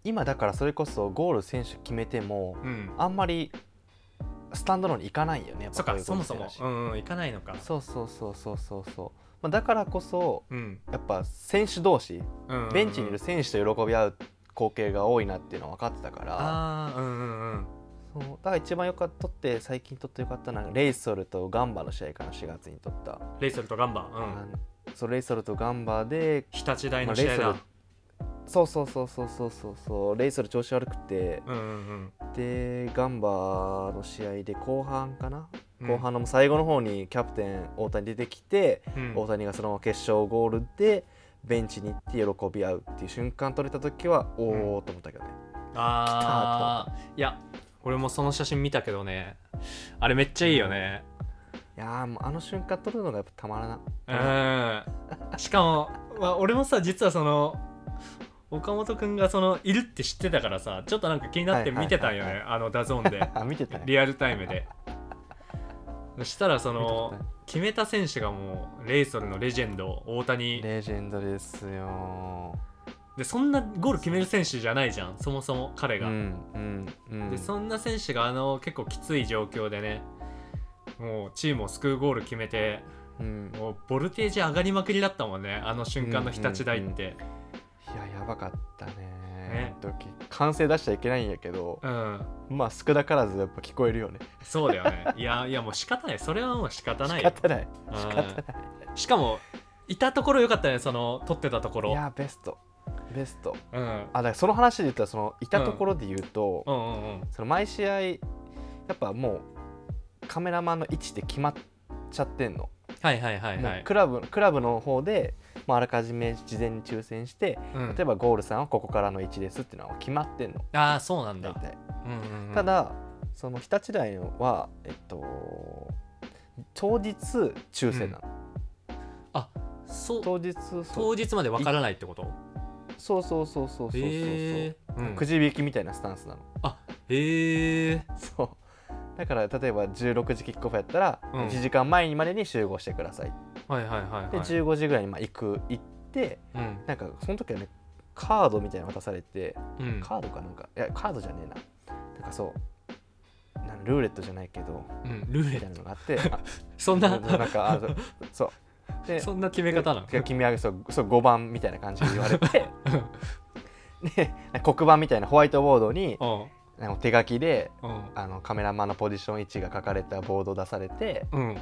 Speaker 2: 今だからそれこそゴール選手決めても
Speaker 3: うん
Speaker 2: あんまりスタンドの方に行かないよねやっ
Speaker 3: そ
Speaker 2: ぱ
Speaker 3: っか
Speaker 2: こういう
Speaker 3: そもそ
Speaker 2: ゴー
Speaker 3: もうんうん
Speaker 2: ル選手だし
Speaker 3: 行かないのか
Speaker 2: そうそうそうそうそうそう、まあ、だからこそ
Speaker 3: うん
Speaker 2: やっぱ選手同士
Speaker 3: うん
Speaker 2: ベンチにいる選手と喜び合う光景が多いなっていうのは分かってたから
Speaker 3: ああーうんうんうん
Speaker 2: そうだから一番よかったって最近とってよかったのはレイソルとガンバの試合かな4月にとった、
Speaker 3: レイソルとガンバ
Speaker 2: あ
Speaker 3: うん
Speaker 2: のそうレイソルとガンバで
Speaker 3: 日立大
Speaker 2: ま
Speaker 3: の
Speaker 2: あ
Speaker 3: 試合だ、
Speaker 2: レイソそうそうそうそうそうそうそうレイソル調子悪くて
Speaker 3: うんうんうん
Speaker 2: でガンバの試合で後半かな
Speaker 3: うん
Speaker 2: 後半の最後の方にキャプテン大谷出てきて、
Speaker 3: うん
Speaker 2: 大谷がその決勝ゴールでベンチに行って喜び合うっていう瞬間撮れた時はおおーと思ったけどね、
Speaker 3: ああいや俺もその写真見たけどねあれめっちゃいいよね
Speaker 2: いやーもうあの瞬間撮るのがやっぱたまらな
Speaker 3: うん、しかも、まあ、俺もさ実はその岡本君がそのいるって知ってたからさちょっとなんか気になって見てたんよ
Speaker 2: はいは
Speaker 3: ねあのダゾーンで
Speaker 2: あ見てたね
Speaker 3: リアルタイムでそしたらそ
Speaker 2: 見て
Speaker 3: の
Speaker 2: たね
Speaker 3: 決めた選手がもうレイソルのレジェンド大谷
Speaker 2: レジェンドですよ
Speaker 3: でそんなゴール決める選手じゃないじゃんそもそも彼
Speaker 2: う
Speaker 3: が、
Speaker 2: んうんうん
Speaker 3: でそんな選手があの結構きつい状況でねもうチームを救うゴール決めて
Speaker 2: うん
Speaker 3: もうボルテージ上がりまくりだったもんねあの瞬間の日立大って
Speaker 2: いややばかったね
Speaker 3: ね
Speaker 2: ドキ歓声出しちゃいけないんやけど
Speaker 3: うん、
Speaker 2: まあ少なからずやっぱ聞こえるよね
Speaker 3: そうだよねいやいやもう仕方ないそれはもう仕方ない
Speaker 2: 仕
Speaker 3: よ
Speaker 2: 方ない
Speaker 3: うん
Speaker 2: 仕方ない
Speaker 3: しかもいたところよかったねその取ってたとこ
Speaker 2: い
Speaker 3: ろ
Speaker 2: やベストベスト
Speaker 3: うんうん
Speaker 2: あだからその話で言ったらそのいたところで言うと、
Speaker 3: うんうん
Speaker 2: その毎試合やっぱもうカメラマンの位置って決まっちゃってんの、
Speaker 3: はいはいはいは
Speaker 2: もう
Speaker 3: い
Speaker 2: クラブクラブの方でもうあらかじめ事前に抽選して
Speaker 3: うん
Speaker 2: 例えばゴールさんはここからの位置ですっていうのは決まってんの
Speaker 3: ああそうなん
Speaker 2: 大
Speaker 3: だ、
Speaker 2: 体、
Speaker 3: うんうんうん
Speaker 2: ただその日立大はえっと当日抽選なの、
Speaker 3: そう
Speaker 2: 当日そう
Speaker 3: 当日までわからないってこと
Speaker 2: そうそうそうそうそうそうそう、
Speaker 3: へえうん
Speaker 2: くじ引きみたいなスタンスなの
Speaker 3: へえ
Speaker 2: そうだから例えば16時キックオフやったら
Speaker 3: うん
Speaker 2: 1時間前にまでに集合してください、
Speaker 3: はいはいはい
Speaker 2: で
Speaker 3: はい
Speaker 2: 15時ぐらいにまあ行く行って
Speaker 3: うん
Speaker 2: なんかその時はねカードみたいなの渡されて
Speaker 3: うん
Speaker 2: カードかなんかいやカードじゃねえななんかそうなんルーレットじゃないけど
Speaker 3: うんルーレ
Speaker 2: み
Speaker 3: ッ
Speaker 2: たい
Speaker 3: ト
Speaker 2: なのがあってあ
Speaker 3: そん
Speaker 2: な
Speaker 3: なん
Speaker 2: かあそうそう で
Speaker 3: そんな決め方なの
Speaker 2: で君はそうそう5番みたいな感じで言わ れてで黒板みたいなホワイトボードになんか手書きで
Speaker 3: うん
Speaker 2: あのカメラマンのポジション位置が書かれたボードを出されて
Speaker 3: うんうん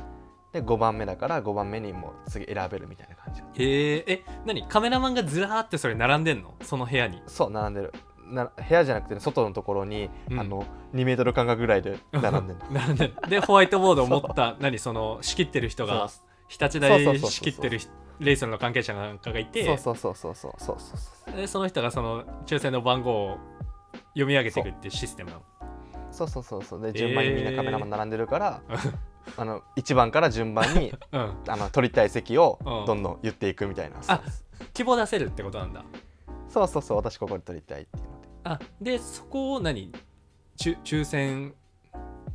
Speaker 2: で5番目だから5番目にもう次選べるみたいな感じ
Speaker 3: へええ何カメラマンがずらーってそれ並んでんのその部屋に
Speaker 2: そう並んでるな部屋じゃなくてね、外のところに、
Speaker 3: うん
Speaker 2: あの2メートル間隔ぐらいで並んでる
Speaker 3: 並んでるでホワイトボードを持った何その仕切ってる人が
Speaker 2: そ
Speaker 3: 日立
Speaker 2: そうそうそ
Speaker 3: 大
Speaker 2: うそうそう
Speaker 3: 仕切ってる人レイソルの関係者なんかがいうて
Speaker 2: そうそうそうそうそうそうそう
Speaker 3: でその人がその抽選の番号を読み上げていくっていうシステムなの
Speaker 2: そうそうそうそうで順番にみんなカメラマン並んで るから、
Speaker 3: えー
Speaker 2: あの1番から順 番に
Speaker 3: うん
Speaker 2: あの取りたい席を
Speaker 3: うん
Speaker 2: どんどん言っていくみたいな、
Speaker 3: あ希望出せるってことなんだ
Speaker 2: そうそうそう私ここで取りたいっていうので
Speaker 3: あでそこを何抽抽選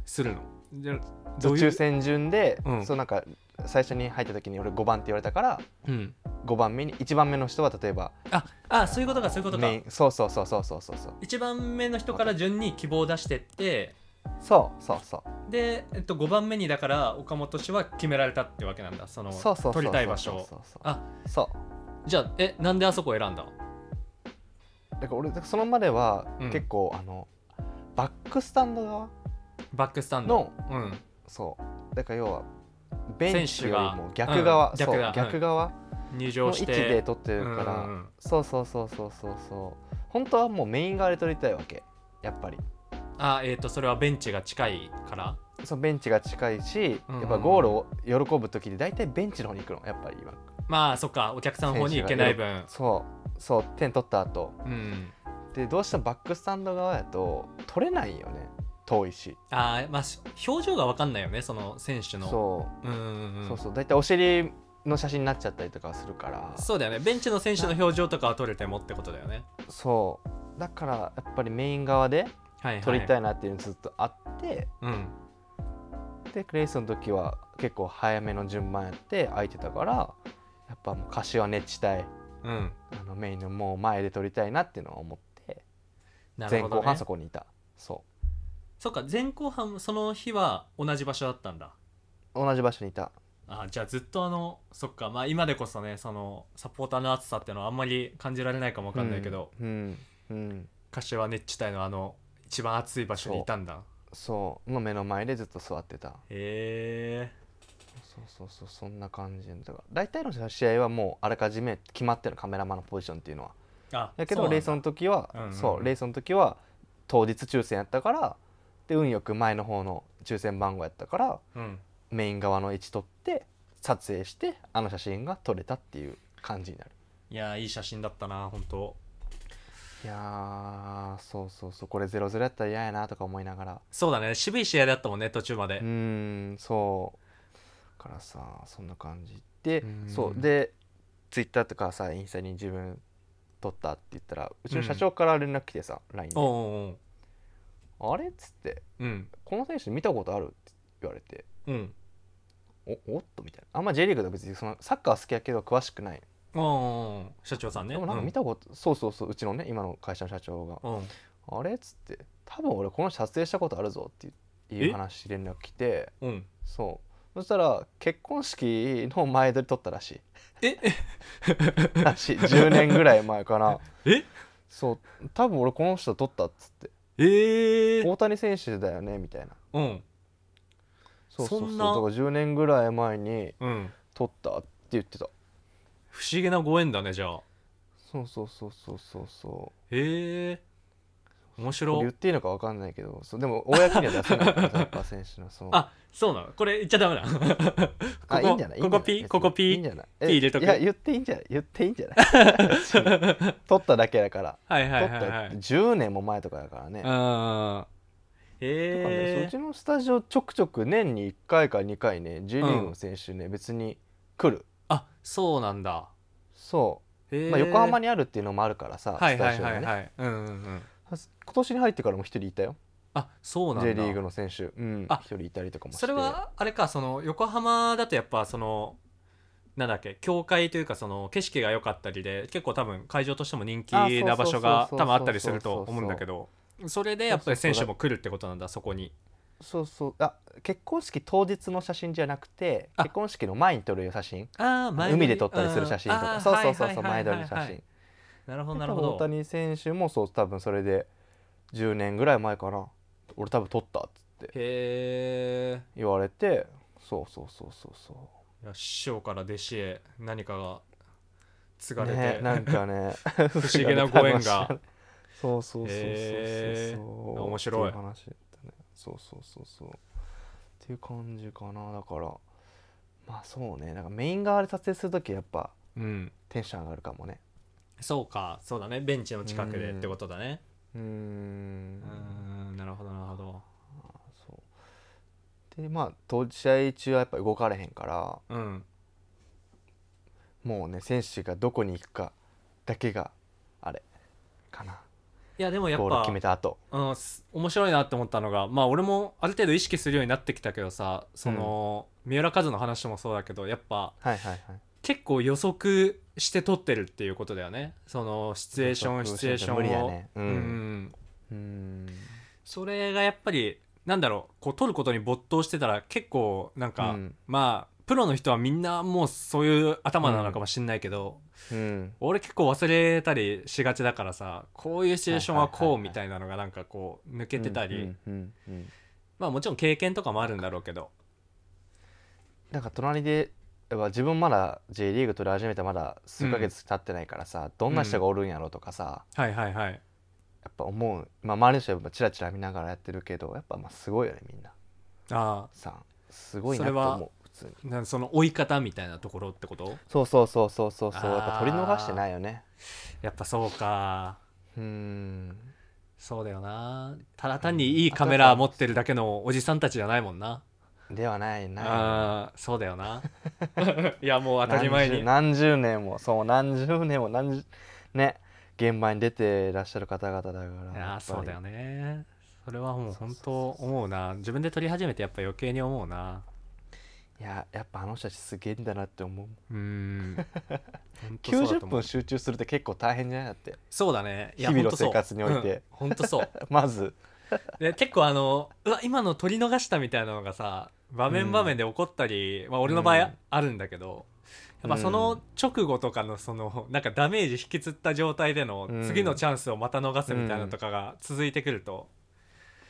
Speaker 3: するのじゃどういう
Speaker 2: 抽選順で、
Speaker 3: うん
Speaker 2: そうなんか最初に入った時に俺5番って言われたから
Speaker 3: うん
Speaker 2: 5番目に1番目の人は例えば
Speaker 3: ああそういうことかそういうことか
Speaker 2: メインそうそうそうそうそうそうそう
Speaker 3: 1番目の人から順に希望を出してって
Speaker 2: そうそうそう
Speaker 3: で、えっと、5番目にだから岡本氏は決められたってわけなんだその
Speaker 2: そうそうそう
Speaker 3: 取りたい場所を
Speaker 2: そうそうそう
Speaker 3: あ
Speaker 2: そう
Speaker 3: じゃあえなんであそこを選んだ
Speaker 2: だから俺そのまでは
Speaker 3: うん
Speaker 2: 結構、あのバックスタンド側
Speaker 3: バックスタンド
Speaker 2: の
Speaker 3: うん
Speaker 2: そうだから要はベンチより
Speaker 3: 選手
Speaker 2: も
Speaker 3: が
Speaker 2: 逆側、
Speaker 3: うん
Speaker 2: そ
Speaker 3: 逆
Speaker 2: う
Speaker 3: 側うん
Speaker 2: 逆側
Speaker 3: 入
Speaker 2: の位
Speaker 3: 場し
Speaker 2: 置
Speaker 3: て
Speaker 2: で取って
Speaker 3: う
Speaker 2: る
Speaker 3: んう
Speaker 2: から、
Speaker 3: んうん
Speaker 2: そうそうそうそうそうそう本当はもうメイン側で取りたいわけやっぱり
Speaker 3: あえっ、とそれはベンチが近いから
Speaker 2: そのベンチが近いし、
Speaker 3: うんうんうん
Speaker 2: やっぱゴールを喜ぶ時に大体ベンチの方に行くのやっぱり今
Speaker 3: まあそっかお客さんの方に行けない分
Speaker 2: そうそう点取った後
Speaker 3: うん
Speaker 2: でどうしてもバックスタンド側やと取れないよね遠いし
Speaker 3: あーまあし表情が分かんないよねその選手の,、
Speaker 2: そう
Speaker 3: んうんうん、
Speaker 2: うそうそう大体お尻の写真になっちゃったりとかするから
Speaker 3: そうだよねベンチの選手の表情とかは撮れてもってことだよね
Speaker 2: そうだからやっぱりメイン側で
Speaker 3: はいはい
Speaker 2: 撮りた
Speaker 3: い
Speaker 2: いなっていうのずっとあって、
Speaker 3: うん
Speaker 2: でクレイスの時は結構早めの順番やって空いてたからやっぱもう柏根地帯
Speaker 3: うん
Speaker 2: あのメインのもう前で撮りたいなっていうのは思って、
Speaker 3: な
Speaker 2: 前
Speaker 3: るほど、
Speaker 2: 後
Speaker 3: ね、
Speaker 2: 半そこにいたそ
Speaker 3: そっか前後半その日は同じ場所だったんだ
Speaker 2: う同じ場所にいた
Speaker 3: あじゃあずっとあのそっかまあ今でこそねそのサポーターの熱さっていうのはあんまり感じられないかもわかんないけど、
Speaker 2: うん、うんうん
Speaker 3: 柏熱地帯のあの一番暑い場所にいたんだ
Speaker 2: そうの目の前でずっと座ってた
Speaker 3: へえ
Speaker 2: そうそうそうそんな感じだから大体の試合はもうあらかじめ決まってるカメラマンのポジションっていうのは
Speaker 3: あ
Speaker 2: やけどレース
Speaker 3: ン
Speaker 2: の時は、
Speaker 3: うんうんうん
Speaker 2: そうレースの時は当日抽選やったからで運よく前の方の抽選番号やったから
Speaker 3: うん
Speaker 2: メイン側の位置取って撮影してあの写真が撮れたっていう感じになる
Speaker 3: いやーいい写真だったな本当
Speaker 2: いやーそうそうそうこれ0-0やったら嫌やなとか思いながら
Speaker 3: そうだね渋い試合だったもんね途中まで
Speaker 2: うーんそうからさそんな感じで
Speaker 3: うん
Speaker 2: そうでツイッターとかさインスタに自分撮ったって言ったらうちの社長から連絡来てさ、LINE で
Speaker 3: おうおう
Speaker 2: 「あれ?」っつって
Speaker 3: おううん
Speaker 2: 「この選手見たことある?」って言われて
Speaker 3: うん
Speaker 2: 「おおっと?」みたいなあんま J リーグとは別にそのサッカー好きやけど詳しくない
Speaker 3: おうおうおう社長さんね
Speaker 2: でもなんか見たこと、そうそうそううちのね今の会社の社長が
Speaker 3: うんうん
Speaker 2: 「あれ?」っつって「多分俺この人撮影したことあるぞ」っていう
Speaker 3: え
Speaker 2: 話連絡来て
Speaker 3: うん
Speaker 2: そうそしたら結婚式の前撮り撮ったらしい
Speaker 3: え
Speaker 2: らしい10年ぐらい前かな
Speaker 3: え
Speaker 2: そう多分俺この人取ったっつって
Speaker 3: ええー、
Speaker 2: 大谷選手だよねみたいな
Speaker 3: うん
Speaker 2: そうそう
Speaker 3: そ
Speaker 2: そうんだ
Speaker 3: な
Speaker 2: から10年ぐらい前に
Speaker 3: うん
Speaker 2: 取ったって言ってた
Speaker 3: 不思議なご縁だねじゃあ
Speaker 2: そうそうそうそうそうそ
Speaker 3: へえ面
Speaker 2: うこれ
Speaker 3: 白
Speaker 2: 言っていいのか分かんないけどそうでも公には出せないからサッカー選手のそう
Speaker 3: あそうなのこれ言っちゃダメなこ
Speaker 2: あいいんじゃない
Speaker 3: ここピ
Speaker 2: いいん
Speaker 3: ー
Speaker 2: じゃない
Speaker 3: ここピ
Speaker 2: いいん
Speaker 3: ー
Speaker 2: じゃない
Speaker 3: ピー入れとく
Speaker 2: いや言っていいんじゃない言っていいんじゃ ない取っただけだから
Speaker 3: はいはい
Speaker 2: 取っ
Speaker 3: は
Speaker 2: た
Speaker 3: いはい
Speaker 2: 10年も前とかだからね
Speaker 3: あ
Speaker 2: だからねそう
Speaker 3: え
Speaker 2: うちのスタジオちょくちょく年に1回か2回ね J リーグの選手ね、別に来る
Speaker 3: あそうなんだ
Speaker 2: そ
Speaker 3: へ
Speaker 2: う、
Speaker 3: え
Speaker 2: まあ、横浜にあるっていうのもあるからさ、
Speaker 3: はい
Speaker 2: ス
Speaker 3: は
Speaker 2: タ
Speaker 3: い
Speaker 2: ジオ
Speaker 3: は
Speaker 2: が
Speaker 3: い
Speaker 2: ね
Speaker 3: はいうんうんうん
Speaker 2: 今年に入ってからも1人いたよ
Speaker 3: あそうなんだ
Speaker 2: J リーグの選手、うん、
Speaker 3: あ
Speaker 2: 1人いたりとかもして
Speaker 3: それはあれかその横浜だとやっぱそのなんだっけ教会というかその景色が良かったりで結構多分会場としても人気な場所が
Speaker 2: あそうそうそうそう
Speaker 3: 多分あったりすると思うんだけどそれでやっぱり選手も来るってことなんだそこに
Speaker 2: そうそうあ結婚式当日の写真じゃなくて
Speaker 3: あ
Speaker 2: 結婚式の前に撮る写真
Speaker 3: ああ
Speaker 2: 海で撮ったりする写真とかそうそうそうそう前撮りの写真
Speaker 3: なるほどな
Speaker 2: 多
Speaker 3: るほ
Speaker 2: 分大
Speaker 3: ど
Speaker 2: 谷選手もそう多分それで10年ぐらい前かな俺多分撮ったっつって
Speaker 3: へえ
Speaker 2: 言われてそうそうそうそうそう
Speaker 3: 師匠から弟子へ何かが継がれて、
Speaker 2: ね、なんかね 不
Speaker 3: 不思議なご縁が
Speaker 2: そうそうそうそうそうそう、
Speaker 3: へー面白い
Speaker 2: ってう話だったねそうそうそうそうっていう感じかなだからまあそうねなんかメイン側で撮影する時やっぱ
Speaker 3: うん
Speaker 2: テンション上がるかもね
Speaker 3: そうかそうだねベンチの近くでってことだね
Speaker 2: うーん
Speaker 3: うーんなるほどなるほど
Speaker 2: そうでまあ当試合中はやっぱ動かれへんから
Speaker 3: うん
Speaker 2: もうね選手がどこに行くかだけがあれかない
Speaker 3: やでもやっ
Speaker 2: ゴール
Speaker 3: ぱ
Speaker 2: 決めた後
Speaker 3: うん、す面白いなって思ったのがまあ俺もある程度意識するようになってきたけどさその、三浦和の話もそうだけどやっぱ
Speaker 2: はいはいはい
Speaker 3: 結構予測して撮ってるっていうことだよねそのシチュエーションシチュエーションを
Speaker 2: 無理やねう
Speaker 3: うんん
Speaker 2: うん
Speaker 3: それがやっぱりなんだろうこう撮ることに没頭してたら結構なんか、
Speaker 2: うん
Speaker 3: まあプロの人はみんなもうそういう頭なのかもしんないけど、
Speaker 2: うん
Speaker 3: 俺結構忘れたりしがちだからさこういうシチュエーションは
Speaker 2: はい
Speaker 3: こ
Speaker 2: は
Speaker 3: う
Speaker 2: いはいはい
Speaker 3: みたいなのがなんかこう抜けてたり、
Speaker 2: うんうんうんうん
Speaker 3: まあもちろん経験とかもあるんだろうけど
Speaker 2: なんか隣でやっぱ自分まだ J リーグ取り始めてまだ数ヶ月経ってないからさ、どんな人がおるんやろうとかさ、
Speaker 3: はいはいはい
Speaker 2: やっぱ思う、まあ、周りの人はやっぱチラチラ見ながらやってるけどやっぱまあすごいよねみんな
Speaker 3: あ
Speaker 2: さすごいなと思う普通に
Speaker 3: あなその追い方みたいなところってこと
Speaker 2: そうそうそうそうそうそうやっぱ
Speaker 3: あー
Speaker 2: 取り逃してないよね
Speaker 3: やっぱそうか
Speaker 2: うーん
Speaker 3: そうだよなただ単にいいカメラ持ってるだけのおじさんたちじゃないもんな
Speaker 2: ではないな
Speaker 3: あーそうだよな いやもう
Speaker 2: い
Speaker 3: 当たり前に
Speaker 2: 何十何十年もそう何十年も何十ね現場に出てらっしゃる方々だから
Speaker 3: いやーそうだよ
Speaker 2: ね
Speaker 3: ねそれはもう本当
Speaker 2: そうそうそうそう
Speaker 3: 思うな自分で撮り始めてやっぱ余計に思うない
Speaker 2: ややっぱあの人たちすげえんだなって思う
Speaker 3: うー ん本当そうだと思
Speaker 2: 90
Speaker 3: う
Speaker 2: 分集中するって結構大変じゃないだって
Speaker 3: そうだねいや
Speaker 2: 日
Speaker 3: 本
Speaker 2: 々の
Speaker 3: 当そう
Speaker 2: 生活において
Speaker 3: うん本当そう
Speaker 2: まず
Speaker 3: で結構あのうわ今の取り逃したみたいなのがさ場面場面で起こったり、まあ、俺の場
Speaker 2: う
Speaker 3: 合
Speaker 2: ん
Speaker 3: あるんだけど、やっぱその直後とかのそのなんかダメージ引きつった状態での
Speaker 2: うん
Speaker 3: 次のチャンスをまた逃すみたいなのとかが続いてくると、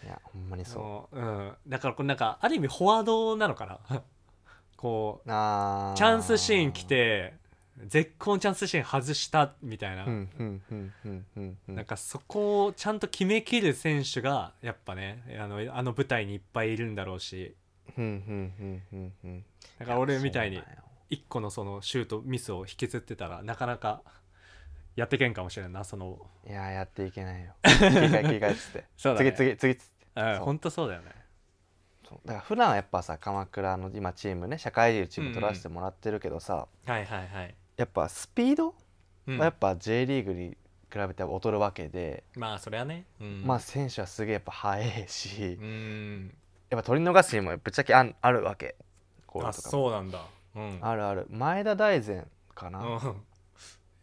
Speaker 2: いやほんまに
Speaker 3: そ
Speaker 2: そ
Speaker 3: のうん、だからこれなんかある意味フォワードなのかな こう
Speaker 2: うあ
Speaker 3: チャンスシーン来て絶好のチャンスシーン外したみたいな、
Speaker 2: うんうんうんうんうんうん
Speaker 3: なんかそこをちゃんと決めきる選手がやっぱねあのあの舞台にいっぱいいるんだろうし
Speaker 2: うんうんうんうんうん
Speaker 3: だから俺みたいに
Speaker 2: そうなんよ
Speaker 3: 一個のそのシュートミスを引きずってたらなかなかやってけんかもしれんなその、
Speaker 2: いやーやっていけないよ切り替え切り替えっつって
Speaker 3: そうだね
Speaker 2: 次次次っつっ
Speaker 3: う
Speaker 2: て
Speaker 3: ん、
Speaker 2: そう
Speaker 3: ほんとそうだよね
Speaker 2: そうだから普段はやっぱさ鎌倉の今チームね社会人チーム取らせてもらってるけどさ、
Speaker 3: はいはいはい、
Speaker 2: やっぱスピード
Speaker 3: うん
Speaker 2: はやっぱ J リーグに比べては劣るわけで、
Speaker 3: まあそれはね、うん、
Speaker 2: まあ選手はすげえやっぱ速いし、
Speaker 3: うん
Speaker 2: やっぱ取り逃すにもぶっちゃけあんあるわけこうい
Speaker 3: あ
Speaker 2: うとかも
Speaker 3: そうなんだうん
Speaker 2: あるある前田大然かな、
Speaker 3: うん、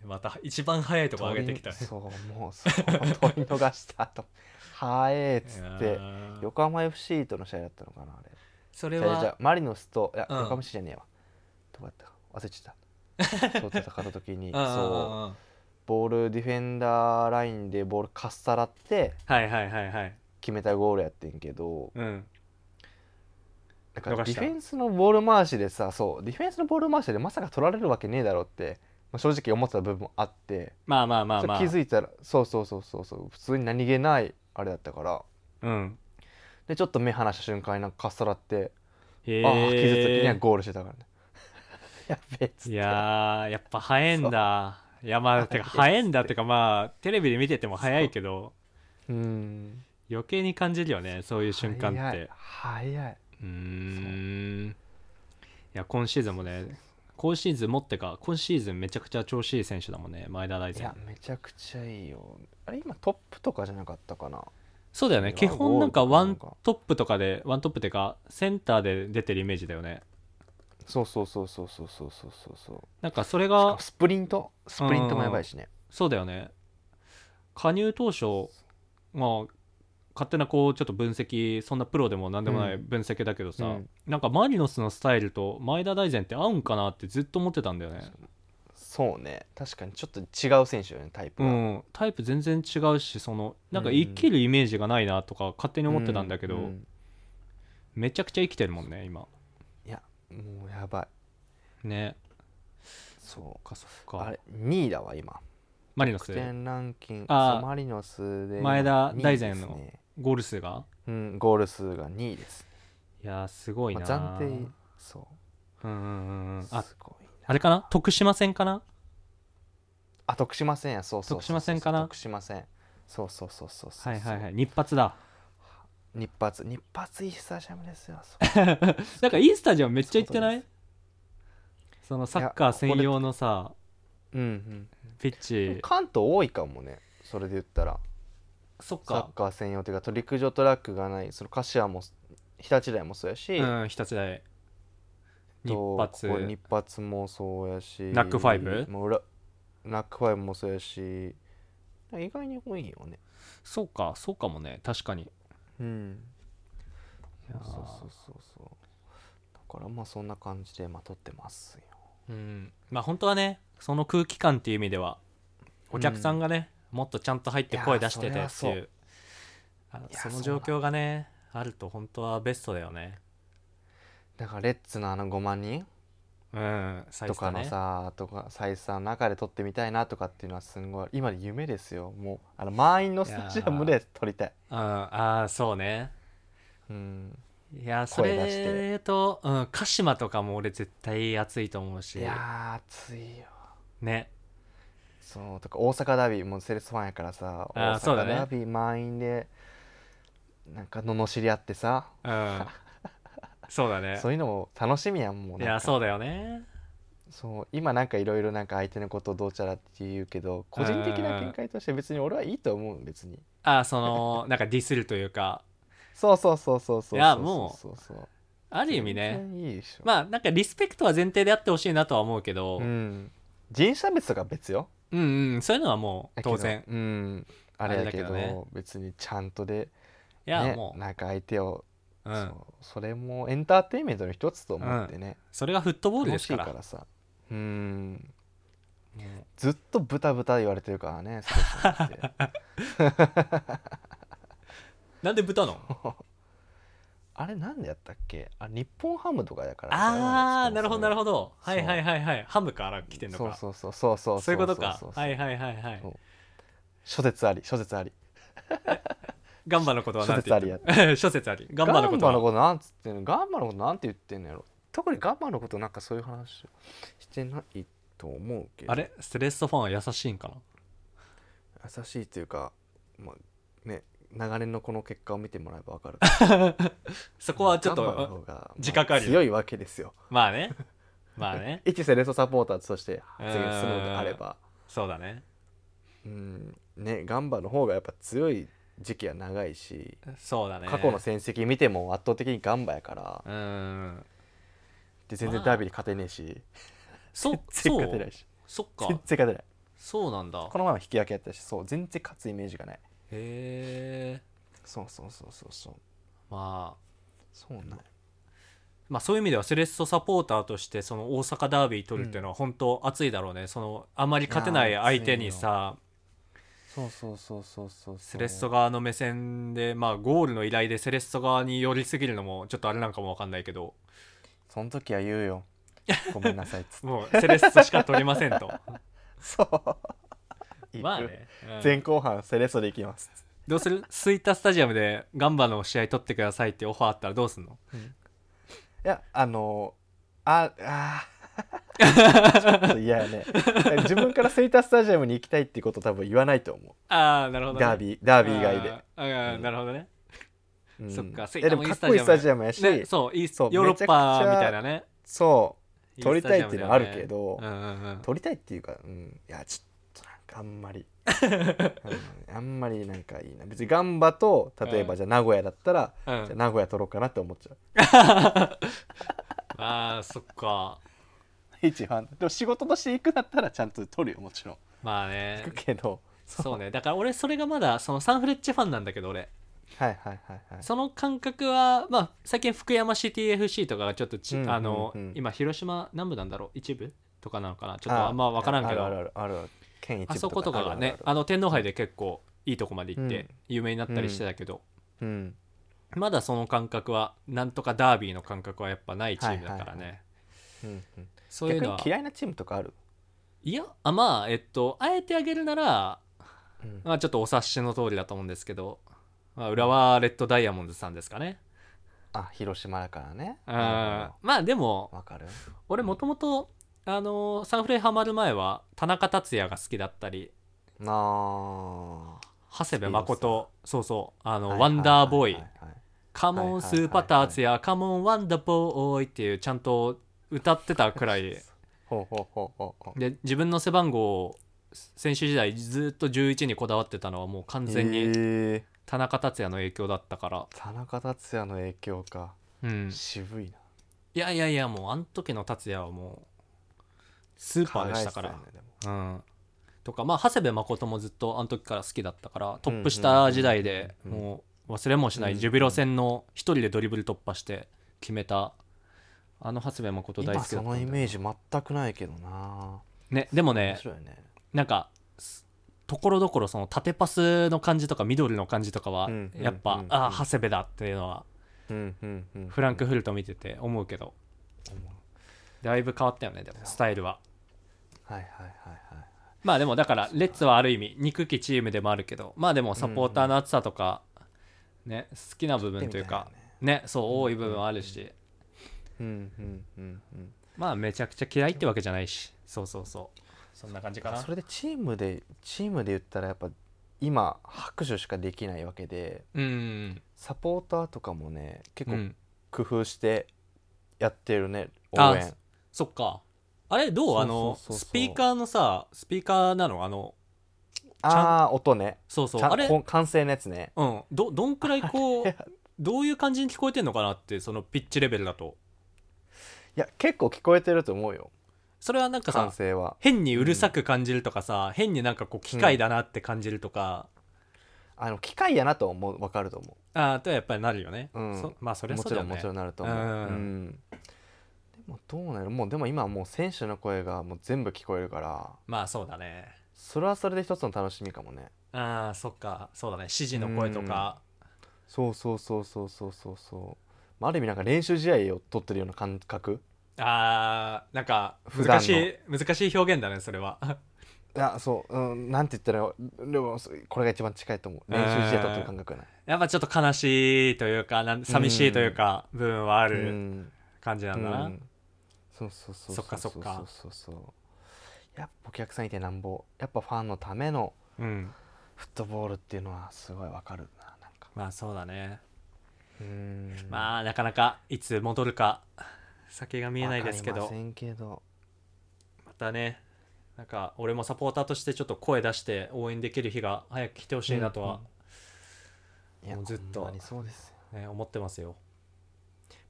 Speaker 3: また一番早いとこ上げてきたね
Speaker 2: 取り そうもうそう取り逃したと速えっつっ
Speaker 3: い
Speaker 2: て
Speaker 3: やー
Speaker 2: 横浜 FC との試合だったのかなあれ
Speaker 3: それ
Speaker 2: じゃあじゃあ
Speaker 3: は
Speaker 2: マリノスといや、
Speaker 3: うん
Speaker 2: 横浜 FC じゃねえわどこだったか忘れち ゃったそう戦った時に
Speaker 3: うんうん
Speaker 2: そう
Speaker 3: うんうん
Speaker 2: ボールディフェンダーラインでボールかっさらって
Speaker 3: はいはいはいはい
Speaker 2: 決めたゴールやってんけど
Speaker 3: うん
Speaker 2: なんか
Speaker 3: 逃し
Speaker 2: ディ
Speaker 3: た
Speaker 2: フェンスのボール回しでさそうディフェンスのボール回しでまさか取られるわけねえだろうって、まあ、正直思ってた部分もあって、
Speaker 3: まあまあまあまあ
Speaker 2: それ気づいたらそうそうそうそうそう普通に何気ないあれだったから
Speaker 3: うん
Speaker 2: でちょっと目離した瞬間になんかかっさらって、
Speaker 3: へえ
Speaker 2: ああ気づいた時にはゴールしてたからね やべえっつって
Speaker 3: いやーやっぱ早いんだいやまあてか早いんだってかまあテレビで見てても早いけど
Speaker 2: うん
Speaker 3: 余計に感じるよねそういう瞬間っ
Speaker 2: 早い
Speaker 3: て
Speaker 2: 早いう
Speaker 3: ーんいや今シーズンもね今シーズンもってか今シーズンめちゃくちゃ調子いい選手だもんね前田大
Speaker 2: い
Speaker 3: 然
Speaker 2: やめちゃくちゃいいよあれ今トップとかじゃなかったかな
Speaker 3: そうだよね
Speaker 2: いや
Speaker 3: 基本なんか
Speaker 2: ゴールとか
Speaker 3: ワ
Speaker 2: なん
Speaker 3: ン
Speaker 2: か
Speaker 3: トップとかでワントップっていうかセンターで出てるイメージだよね
Speaker 2: そうそうそうそうそうそうそうそうそう
Speaker 3: なんかそれ
Speaker 2: しか
Speaker 3: が
Speaker 2: もスプリントスプリントもやばいしね
Speaker 3: そうだよね加入当初まあ勝手なこうちょっと分析そんなプロでも何でもな
Speaker 2: う
Speaker 3: い分析だけどさ、
Speaker 2: うん
Speaker 3: なんかマリノスのスタイルと前田大然って合うんかなってずっと思ってたんだよね
Speaker 2: そうね確かにちょっと違う選手よねタイプ
Speaker 3: う
Speaker 2: が、
Speaker 3: んタイプ全然違うしそのなんか生きるイメージがないなとか勝手に思ってたんだけど、
Speaker 2: う
Speaker 3: めちゃくちゃ生きてるもんね今
Speaker 2: いやもうやばい
Speaker 3: ね
Speaker 2: そう
Speaker 3: かそっか
Speaker 2: あれ2位だわ今
Speaker 3: マリノス
Speaker 2: 得点ランキング
Speaker 3: あー
Speaker 2: そうマリノスで今
Speaker 3: 前田
Speaker 2: 2位
Speaker 3: 大然の
Speaker 2: ですね
Speaker 3: ゴール数が
Speaker 2: うん、ゴール数が2位です、
Speaker 3: いやーすごい
Speaker 2: ま
Speaker 3: なー、
Speaker 2: あ、暫定そ
Speaker 3: うんうんうんう
Speaker 2: うん
Speaker 3: あ
Speaker 2: すごいな
Speaker 3: あれかな徳島戦かな
Speaker 2: あ徳島戦やそうそうそうそう
Speaker 3: 徳島戦かな
Speaker 2: 徳島戦そうそうそうそうそう
Speaker 3: はいはいはい日発だ
Speaker 2: 日発日発いいスタジアムですよそう
Speaker 3: なんかいいスタジアムめっちゃ行ってないそのサッカー専用のさ
Speaker 2: うん
Speaker 3: ピッ
Speaker 2: うん、
Speaker 3: チ
Speaker 2: 関東多いかもねそれで言ったら
Speaker 3: そっ
Speaker 2: サ
Speaker 3: か
Speaker 2: ッカー専用というかと陸上トラックがないその柏も日立大もそうやし、
Speaker 3: うん日立大日
Speaker 2: と
Speaker 3: 発
Speaker 2: ここ日発もそうやし
Speaker 3: ナックファイブ
Speaker 2: もう裏ナックファイブもそうやし意外に多いよね
Speaker 3: そうかそうかもね確かに
Speaker 2: うん
Speaker 3: い
Speaker 2: そ
Speaker 3: や
Speaker 2: う
Speaker 3: ー
Speaker 2: そうそうそうだからまあそんな感じでまあ撮ってますよ
Speaker 3: うんまあ本当はねその空気感っていう意味ではお客さんがね、もっとちゃんと入って声出しててって
Speaker 2: いや
Speaker 3: い
Speaker 2: ー
Speaker 3: うあの
Speaker 2: いや
Speaker 3: その
Speaker 2: そう
Speaker 3: 状
Speaker 2: なん
Speaker 3: 況がねあると本当はベストだよね
Speaker 2: だからレッツのあの5万人
Speaker 3: うん最
Speaker 2: と
Speaker 3: 初
Speaker 2: か
Speaker 3: は
Speaker 2: の
Speaker 3: ね
Speaker 2: さ、とか採算の中で撮ってみたいなとかっていうのはすごい今で夢ですよもうあの満員のスタジアムで撮りたい
Speaker 3: うんああそうね
Speaker 2: うん
Speaker 3: いやそ
Speaker 2: 声出して
Speaker 3: れと、うん、鹿島とかも俺絶対熱いと思う
Speaker 2: い
Speaker 3: し
Speaker 2: やー暑いよ
Speaker 3: ね
Speaker 2: そうとか大阪ダービーもうセレスファンやからさ
Speaker 3: あ
Speaker 2: 大
Speaker 3: ーそう
Speaker 2: 阪
Speaker 3: だね
Speaker 2: ダービー満員でなんか罵り合ってさ
Speaker 3: うん そうだね
Speaker 2: そういうのも楽しみやんもう
Speaker 3: い
Speaker 2: なん
Speaker 3: や
Speaker 2: か
Speaker 3: そうだよね
Speaker 2: そう今なんかいろいろなんか相手のことをどうちゃらって言うけど個人的な見解として別に俺はいいと思う別に
Speaker 3: ああそ のなんかディスるというか
Speaker 2: そうそうそうそうそうい
Speaker 3: いやもう
Speaker 2: そうそうそう
Speaker 3: あ
Speaker 2: あ
Speaker 3: る意味ね
Speaker 2: いいでしょ
Speaker 3: まあなんかリスペクトは前提であってほしいなとは思うけど、
Speaker 2: うん、人種差別とか別よ
Speaker 3: うんうんそういうのはもう当然
Speaker 2: だけどうんあれだけど
Speaker 3: あれだけどね
Speaker 2: 別にちゃんとで、
Speaker 3: いや、
Speaker 2: ね、
Speaker 3: も
Speaker 2: なんか相手を、
Speaker 3: う、うん、
Speaker 2: そ
Speaker 3: そう
Speaker 2: それもエンターテインメントの一つと思ってね、
Speaker 3: れがフットボールで
Speaker 2: 楽
Speaker 3: す
Speaker 2: しい
Speaker 3: か
Speaker 2: かららさうん
Speaker 3: も
Speaker 2: ずっとブタブタ言われてるからねスポーツなんて
Speaker 3: うなんで豚の
Speaker 2: ああれなんでやったっけあ日本ハムとかやから
Speaker 3: あーなるほどなるほど
Speaker 2: そう
Speaker 3: はいはいはいはいハムから来てんのかそう
Speaker 2: そうそうそうそ
Speaker 3: い
Speaker 2: う
Speaker 3: うことか
Speaker 2: そうそうそう
Speaker 3: はいはいはいはい
Speaker 2: そう諸説あり諸説あり
Speaker 3: ガンバのことは
Speaker 2: 諸
Speaker 3: なんて
Speaker 2: 説あり
Speaker 3: 言
Speaker 2: や
Speaker 3: った諸説ありガンバのこと
Speaker 2: ガン
Speaker 3: は
Speaker 2: バなんつってんのガンバのことなんて言ってんのやろ特にガンバのことなんかそういう話してないと思うけど
Speaker 3: あれセレッソファンは優しいんかな
Speaker 2: 優しいというかまあね長年のこの結果を見てもらえば 分かる
Speaker 3: そこはちょっ
Speaker 2: ガンバの方
Speaker 3: と
Speaker 2: がまあ
Speaker 3: 自覚ありだ
Speaker 2: 強いわけですよ
Speaker 3: まあねまあね
Speaker 2: 一セレッソサポーターとして発言するのであれば
Speaker 3: そうだね
Speaker 2: うんねガンバの方がやっぱ強い時期は長いし
Speaker 3: そうだね
Speaker 2: 過去の戦績見ても圧倒的にガンバやから
Speaker 3: うー ん
Speaker 2: で全然ダービーに勝てねえし
Speaker 3: そ
Speaker 2: 全然
Speaker 3: そ
Speaker 2: 勝てな
Speaker 3: う
Speaker 2: いし
Speaker 3: そっか
Speaker 2: 全然勝てない
Speaker 3: そうなんだ
Speaker 2: この前は引き分けやったしそう全然勝つイメージがない
Speaker 3: へえ
Speaker 2: そうそうそうそうそう
Speaker 3: まあ
Speaker 2: そうなん
Speaker 3: まあそういう意味ではセレッソサポーターとしてその大阪ダービー取るっていうのは本当熱いだろうね、そのあまり勝てない相手に
Speaker 2: い
Speaker 3: さ
Speaker 2: そうそうそうそうそう
Speaker 3: セレッソ側の目線でまあゴールの依頼でセレッソ側に寄りすぎるのもちょっとあれなんかもわかんないけど
Speaker 2: その時は言う よごめんなさいっつって
Speaker 3: もうセレッソしか取りません と
Speaker 2: そう
Speaker 3: まあね、うん
Speaker 2: 前後半セレッソでいきます
Speaker 3: どうするスイタスタジアムでガンバの試合取ってくださいってオファーあったらどうすんの
Speaker 2: いやあのああ ーちょっと嫌やね自分からセイタスタジアムに行きたいってこと多分言わないと思
Speaker 3: ああなるほ
Speaker 2: う
Speaker 3: ど、ね、
Speaker 2: ダービーダービー以外で
Speaker 3: あ、ーあー
Speaker 2: うん
Speaker 3: なるほどね
Speaker 2: うん
Speaker 3: そっか
Speaker 2: いやでも
Speaker 3: セイタもいい
Speaker 2: かっこいいスタジアムやし、
Speaker 3: ねそういい
Speaker 2: そう
Speaker 3: ヨーロッパみたいなね
Speaker 2: そ
Speaker 3: いうい
Speaker 2: 撮りたいっていうのはある
Speaker 3: スタジアムだよね
Speaker 2: けど、
Speaker 3: うんうんうん
Speaker 2: 撮りたいっていうか、うん、いやちょっとなんかあん まり、うんあんまりなんかいいな別にガンバと例え
Speaker 3: う
Speaker 2: ば
Speaker 3: ん
Speaker 2: じゃあ名古屋だったら、
Speaker 3: うん
Speaker 2: じゃあ名古屋撮ろうかなって思っちゃう
Speaker 3: あーそっか
Speaker 2: 一ファンでも仕事として行くんだったらちゃんと撮るよもちろん
Speaker 3: まあ
Speaker 2: 行く
Speaker 3: ね
Speaker 2: けど
Speaker 3: そうねだから俺それがまだそのサンフレッチェファンなんだけど俺
Speaker 2: はいはいはいはい
Speaker 3: その感覚はまあ最近福山 CTFC とかがちょっとち
Speaker 2: うんうんうん
Speaker 3: あの今広島南部なんだろう一部とかなのかなちょっと
Speaker 2: ー
Speaker 3: あんま分からんけど
Speaker 2: あるあるあるある県一部
Speaker 3: あそことかがね
Speaker 2: あるある
Speaker 3: あの天皇杯で結構いいとこまで行っ
Speaker 2: う
Speaker 3: て
Speaker 2: ん
Speaker 3: 有名になったりしてたけど
Speaker 2: あるうん
Speaker 3: まだその感覚はなんとかダービーの感覚はやっぱないチームだから
Speaker 2: はいはいは
Speaker 3: ね
Speaker 2: うんうん
Speaker 3: そういう
Speaker 2: 逆
Speaker 3: の
Speaker 2: に
Speaker 3: は
Speaker 2: 嫌いなチームとかある
Speaker 3: いやあまあえっとあえてあげるなら
Speaker 2: うん
Speaker 3: まあ、ちょっとお察しの通りだと思うんですけど、まあ、浦和レッドダイヤモンドさんですかね。
Speaker 2: あ広島だからね
Speaker 3: うん、まあでも
Speaker 2: わかる
Speaker 3: 俺もともとあのーサンフレハマる前は田中達也が好きだったり
Speaker 2: あー
Speaker 3: 長谷部
Speaker 2: スピー
Speaker 3: 誠そうそうあの、
Speaker 2: はい
Speaker 3: ワンダーボーイ、
Speaker 2: はいはいはい
Speaker 3: カモンスーパーターツや、カモンワンダーボーイっていうちゃんと歌ってたくら い
Speaker 2: ほうほうほうほうほう
Speaker 3: で自分の背番号を選手時代ずっと11にこだわってたのはもう完全
Speaker 2: え
Speaker 3: に
Speaker 2: ー
Speaker 3: 田中達也の影響だったから、
Speaker 2: 田中達也の影響か、
Speaker 3: うん、
Speaker 2: 渋いない
Speaker 3: やいやいやもうあの時の達也はもうスーパーでしたから、
Speaker 2: 輝いてたよねでも
Speaker 3: うん、とかまあ長谷部誠もずっとあの時から好きだったからトップ下時代で
Speaker 2: うんうんうんうん
Speaker 3: もう忘れもしないジュビロ戦の一人でドリブル突破して決めたあの長谷部誠大好
Speaker 2: 今
Speaker 3: きだ
Speaker 2: そ
Speaker 3: った
Speaker 2: のイ
Speaker 3: んだ
Speaker 2: メージ全くないけどな
Speaker 3: ねでも
Speaker 2: 面
Speaker 3: ね
Speaker 2: 白いね
Speaker 3: なんかすところどころその縦パスの感じとか緑の感じとかは
Speaker 2: うん
Speaker 3: やっぱ、
Speaker 2: うんうんうん
Speaker 3: ああ長谷部だっていうのは
Speaker 2: うんうんうん
Speaker 3: フランクフルト見てて思うけどだいぶ変わったよねでもスタイルは。
Speaker 2: はいはいはいはい
Speaker 3: まあでもだからレッツはある意味憎きチームでもあるけどまあでもサポーターの熱さとか、ね、好きな部分というかねそう多い部分はあるし、
Speaker 2: うんうんうんうん
Speaker 3: まあめちゃくちゃ嫌いってわけじゃないしそうそうそうそんな感じかな
Speaker 2: それでチームでチームで言ったらやっぱ今拍手しかできないわけで
Speaker 3: うん
Speaker 2: サポーターとかもね結
Speaker 3: う
Speaker 2: 構
Speaker 3: ん
Speaker 2: 工夫してやってるね、
Speaker 3: あ
Speaker 2: 応援
Speaker 3: そっかあれどうあの
Speaker 2: そうそうそうそう
Speaker 3: スピーカーのさスピーカーなのあのゃん
Speaker 2: ああー音ね
Speaker 3: そうそう
Speaker 2: ちゃん
Speaker 3: あれ
Speaker 2: こん完成のやつね
Speaker 3: うんどどんくらいこ
Speaker 2: あれ
Speaker 3: うどういう感じに聞こえてんのかなってそのピッチレベルだと
Speaker 2: いや結構聞こえてると思うよ
Speaker 3: それはなんか
Speaker 2: 完
Speaker 3: さ
Speaker 2: 成は
Speaker 3: 変にうるさく感じるとかさ、変になんかこう機械だなって感じるとか、
Speaker 2: あの機械やなとは思う分かると思
Speaker 3: ああとはやっぱりなるよね、
Speaker 2: うん
Speaker 3: そまあそれ
Speaker 2: う
Speaker 3: は
Speaker 2: も
Speaker 3: そう
Speaker 2: ち
Speaker 3: だ
Speaker 2: ろ
Speaker 3: よ
Speaker 2: ん
Speaker 3: ね
Speaker 2: もちろんなると思う、
Speaker 3: うん
Speaker 2: うんでもどうなるもうでも今はもう選手の声がもう全部聞こえるから
Speaker 3: まあそうだね
Speaker 2: それはそれで一つの楽しみかもね
Speaker 3: ああそっかそうだね指示の声とか、
Speaker 2: そうそうそうそうそうそうそうまあ、ある意味なんか練習試合を取ってるような感覚
Speaker 3: あーなんか
Speaker 2: 普段
Speaker 3: 難
Speaker 2: の
Speaker 3: しい難しい表現だねそれは
Speaker 2: いやそう、うん、なんて言ったらでもそうこれが一番近いと思う練習試合取ってる感覚やない、
Speaker 3: やっぱちょっと悲しいというかなん寂しいというか部分はあ
Speaker 2: う
Speaker 3: る
Speaker 2: ん、
Speaker 3: 感じなんだな、
Speaker 2: うんそうそうそう
Speaker 3: そっかそっか
Speaker 2: そうそうそうやっぱお客さんいてなんぼやっぱファンのための
Speaker 3: うん
Speaker 2: フットボールっていうのはすごいわかるななんか
Speaker 3: まあそうだね
Speaker 2: うんあ
Speaker 3: まあなかなかいつ戻るか先が見えないですけ
Speaker 2: ま
Speaker 3: ど
Speaker 2: せんけど
Speaker 3: またねなんか俺もサポーターとしてちょっと声出して応援できる日が早く来てほしいなとは、
Speaker 2: いや
Speaker 3: もうずっと
Speaker 2: ほんまにそうですよ
Speaker 3: ね思ってますよ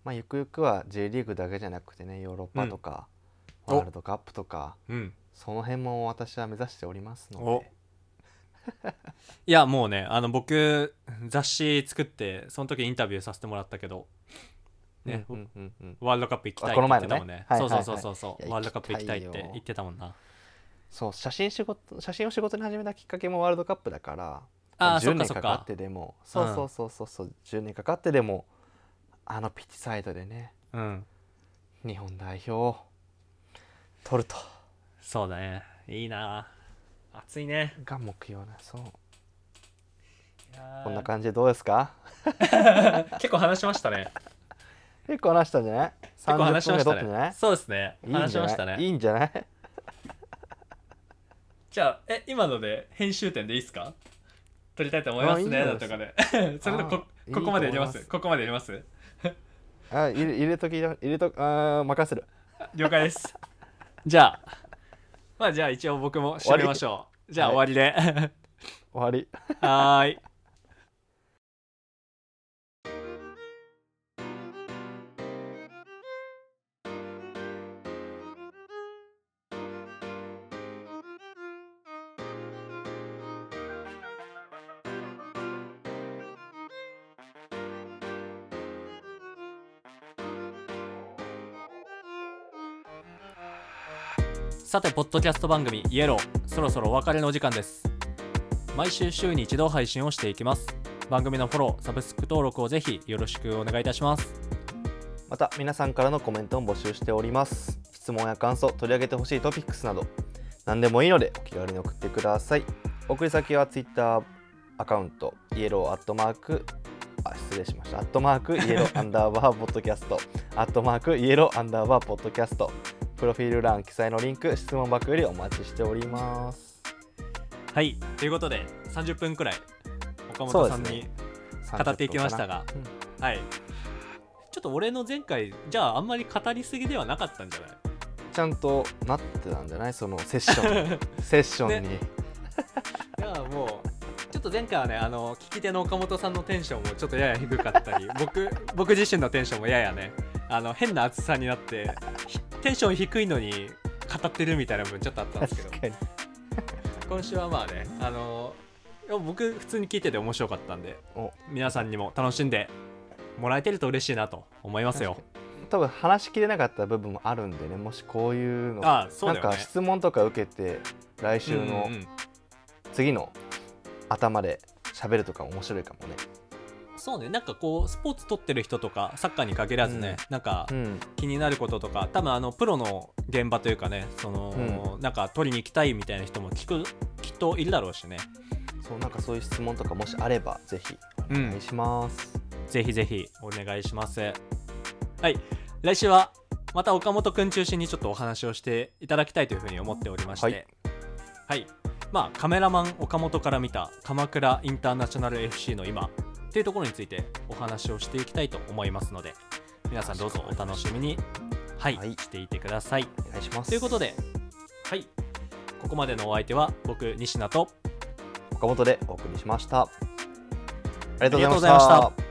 Speaker 2: まあゆくゆくは J リーグだけじゃなくてねヨーロッパとか、
Speaker 3: うんお
Speaker 2: ワールドカップとか
Speaker 3: うん
Speaker 2: その辺も私は目指しておりますの
Speaker 3: お
Speaker 2: で
Speaker 3: いやもうねあの僕雑誌作ってその時インタビューさせてもらったけどね、
Speaker 2: うんうんうんうん
Speaker 3: ワールドカップ行きたいって
Speaker 2: あこの
Speaker 3: 言
Speaker 2: 前
Speaker 3: ってたも
Speaker 2: のね
Speaker 3: んね
Speaker 2: はい
Speaker 3: そ
Speaker 2: は
Speaker 3: う
Speaker 2: いは
Speaker 3: そ
Speaker 2: いう
Speaker 3: そうそうそう
Speaker 2: いや
Speaker 3: ワールドカップ行きたいっ
Speaker 2: 行きたい
Speaker 3: て
Speaker 2: よ
Speaker 3: 言ってたもんな
Speaker 2: そう写真仕事写真を仕事に始めたきっかけもワールドカップだから
Speaker 3: あーそ
Speaker 2: 10
Speaker 3: っか
Speaker 2: 年
Speaker 3: そっ
Speaker 2: かか
Speaker 3: か
Speaker 2: ってでもそう
Speaker 3: うん
Speaker 2: そうそうそうそう、10年かかってでもあのピッチサイドでね
Speaker 3: うん
Speaker 2: 日本代表を取ると
Speaker 3: そうだねいいな暑いね
Speaker 2: が目標なそう
Speaker 3: いやー
Speaker 2: こんな感じでどうですか
Speaker 3: 結構話しましたね
Speaker 2: 結構話したんじゃない
Speaker 3: 結構話
Speaker 2: 30
Speaker 3: しまし
Speaker 2: 分ぐら
Speaker 3: た
Speaker 2: い取ってんじゃな
Speaker 3: ね
Speaker 2: い
Speaker 3: そうですね
Speaker 2: いいん
Speaker 3: 話
Speaker 2: じ
Speaker 3: し
Speaker 2: ゃ
Speaker 3: まし
Speaker 2: な
Speaker 3: た
Speaker 2: い
Speaker 3: ね
Speaker 2: いいんじゃない
Speaker 3: じゃあえ今ので編集点でいいですか撮りたいと思い
Speaker 2: あ
Speaker 3: ま
Speaker 2: いい
Speaker 3: す
Speaker 2: んじ
Speaker 3: ね
Speaker 2: ゃ
Speaker 3: な
Speaker 2: な
Speaker 3: いん
Speaker 2: で
Speaker 3: と
Speaker 2: す
Speaker 3: か
Speaker 2: か
Speaker 3: でそれで
Speaker 2: あ
Speaker 3: こ
Speaker 2: ーいいと
Speaker 3: ここまでやります
Speaker 2: 思います
Speaker 3: ここまでやります
Speaker 2: あ入れ入れとき入れとあー任せる
Speaker 3: 了解ですじゃあまあじゃあ一応僕も締めましょうじゃあ終わりで、
Speaker 2: 終わり
Speaker 3: はーいさてポッドキャスト番組「イエロー」そろそろお別れのお時間です毎週週に一度配信をしていきます番組のフォローサブスク登録をぜひよろしくお願いいたします
Speaker 2: また皆さんからのコメントも募集しております質問や感想取り上げてほしいトピックスなど何でもいいのでお気軽に送ってください送り先は Twitter アカウントイエローアットマークあ失礼しましたアットマークイエローアンダーバーポッドキャ ストアットマークイエローアンダーバーポッドキャストプロフィール欄記載のリンク質問箱よりお待ちしております
Speaker 3: はいということで30分くらい岡本さん
Speaker 2: そう
Speaker 3: に、
Speaker 2: です
Speaker 3: 語っていきましたが
Speaker 2: 30分かな
Speaker 3: はいちょっと俺の前回じゃああんまり語りすぎではなかったんじゃない
Speaker 2: うんちゃんとなってたんじゃないそのセッシ ョンセッションに、
Speaker 3: いやもうちょっと前回はねあの聞き手の岡本さんのテンションもちょっとやや低かったり 僕僕自身のテンションもややねあの変な暑さになってひテンション低いのに語ってるみたいな部分ちょっとあったんですけど
Speaker 2: 確かに
Speaker 3: 今週はまあねあのいや僕普通に聞いてて面白かったんで
Speaker 2: お
Speaker 3: 皆さんにも楽しんでもらえてると嬉しいなと思いますよ
Speaker 2: 多分話しきれなかった部分もあるんでねもしこういうの
Speaker 3: ああそう
Speaker 2: な
Speaker 3: だ
Speaker 2: ん
Speaker 3: よね
Speaker 2: か質問とか受けて来週の
Speaker 3: うんうんうん
Speaker 2: 次の頭で喋るとかも面白いかもね、
Speaker 3: そうねなんかこうスポーツ取ってる人とかサッカーに限らずね、なんか
Speaker 2: うん、
Speaker 3: 気になることとか多分あのプロの現場というかねその、なんか取りに行きたいみたいな人も聞くきっといるだろうしね
Speaker 2: そうなんかそういう質問とかもしあればぜひお願いします、
Speaker 3: ぜひぜひお願いしますはい来週はまた岡本くん中心にちょっとお話をしていただきたいというふうに思っておりましては
Speaker 2: はいい、
Speaker 3: まあカメラマン岡本から見た鎌倉インターナショナル FC の今っていうところについてお話をしていきたいと思いますので皆さんどうぞお楽しみにはい、
Speaker 2: はい
Speaker 3: していてください
Speaker 2: お願いします
Speaker 3: ということではいここまでのお相手は僕西名と
Speaker 2: 岡本でお送りしましたありがと
Speaker 3: ありが
Speaker 2: うございま
Speaker 3: とうございま
Speaker 2: し
Speaker 3: した
Speaker 2: た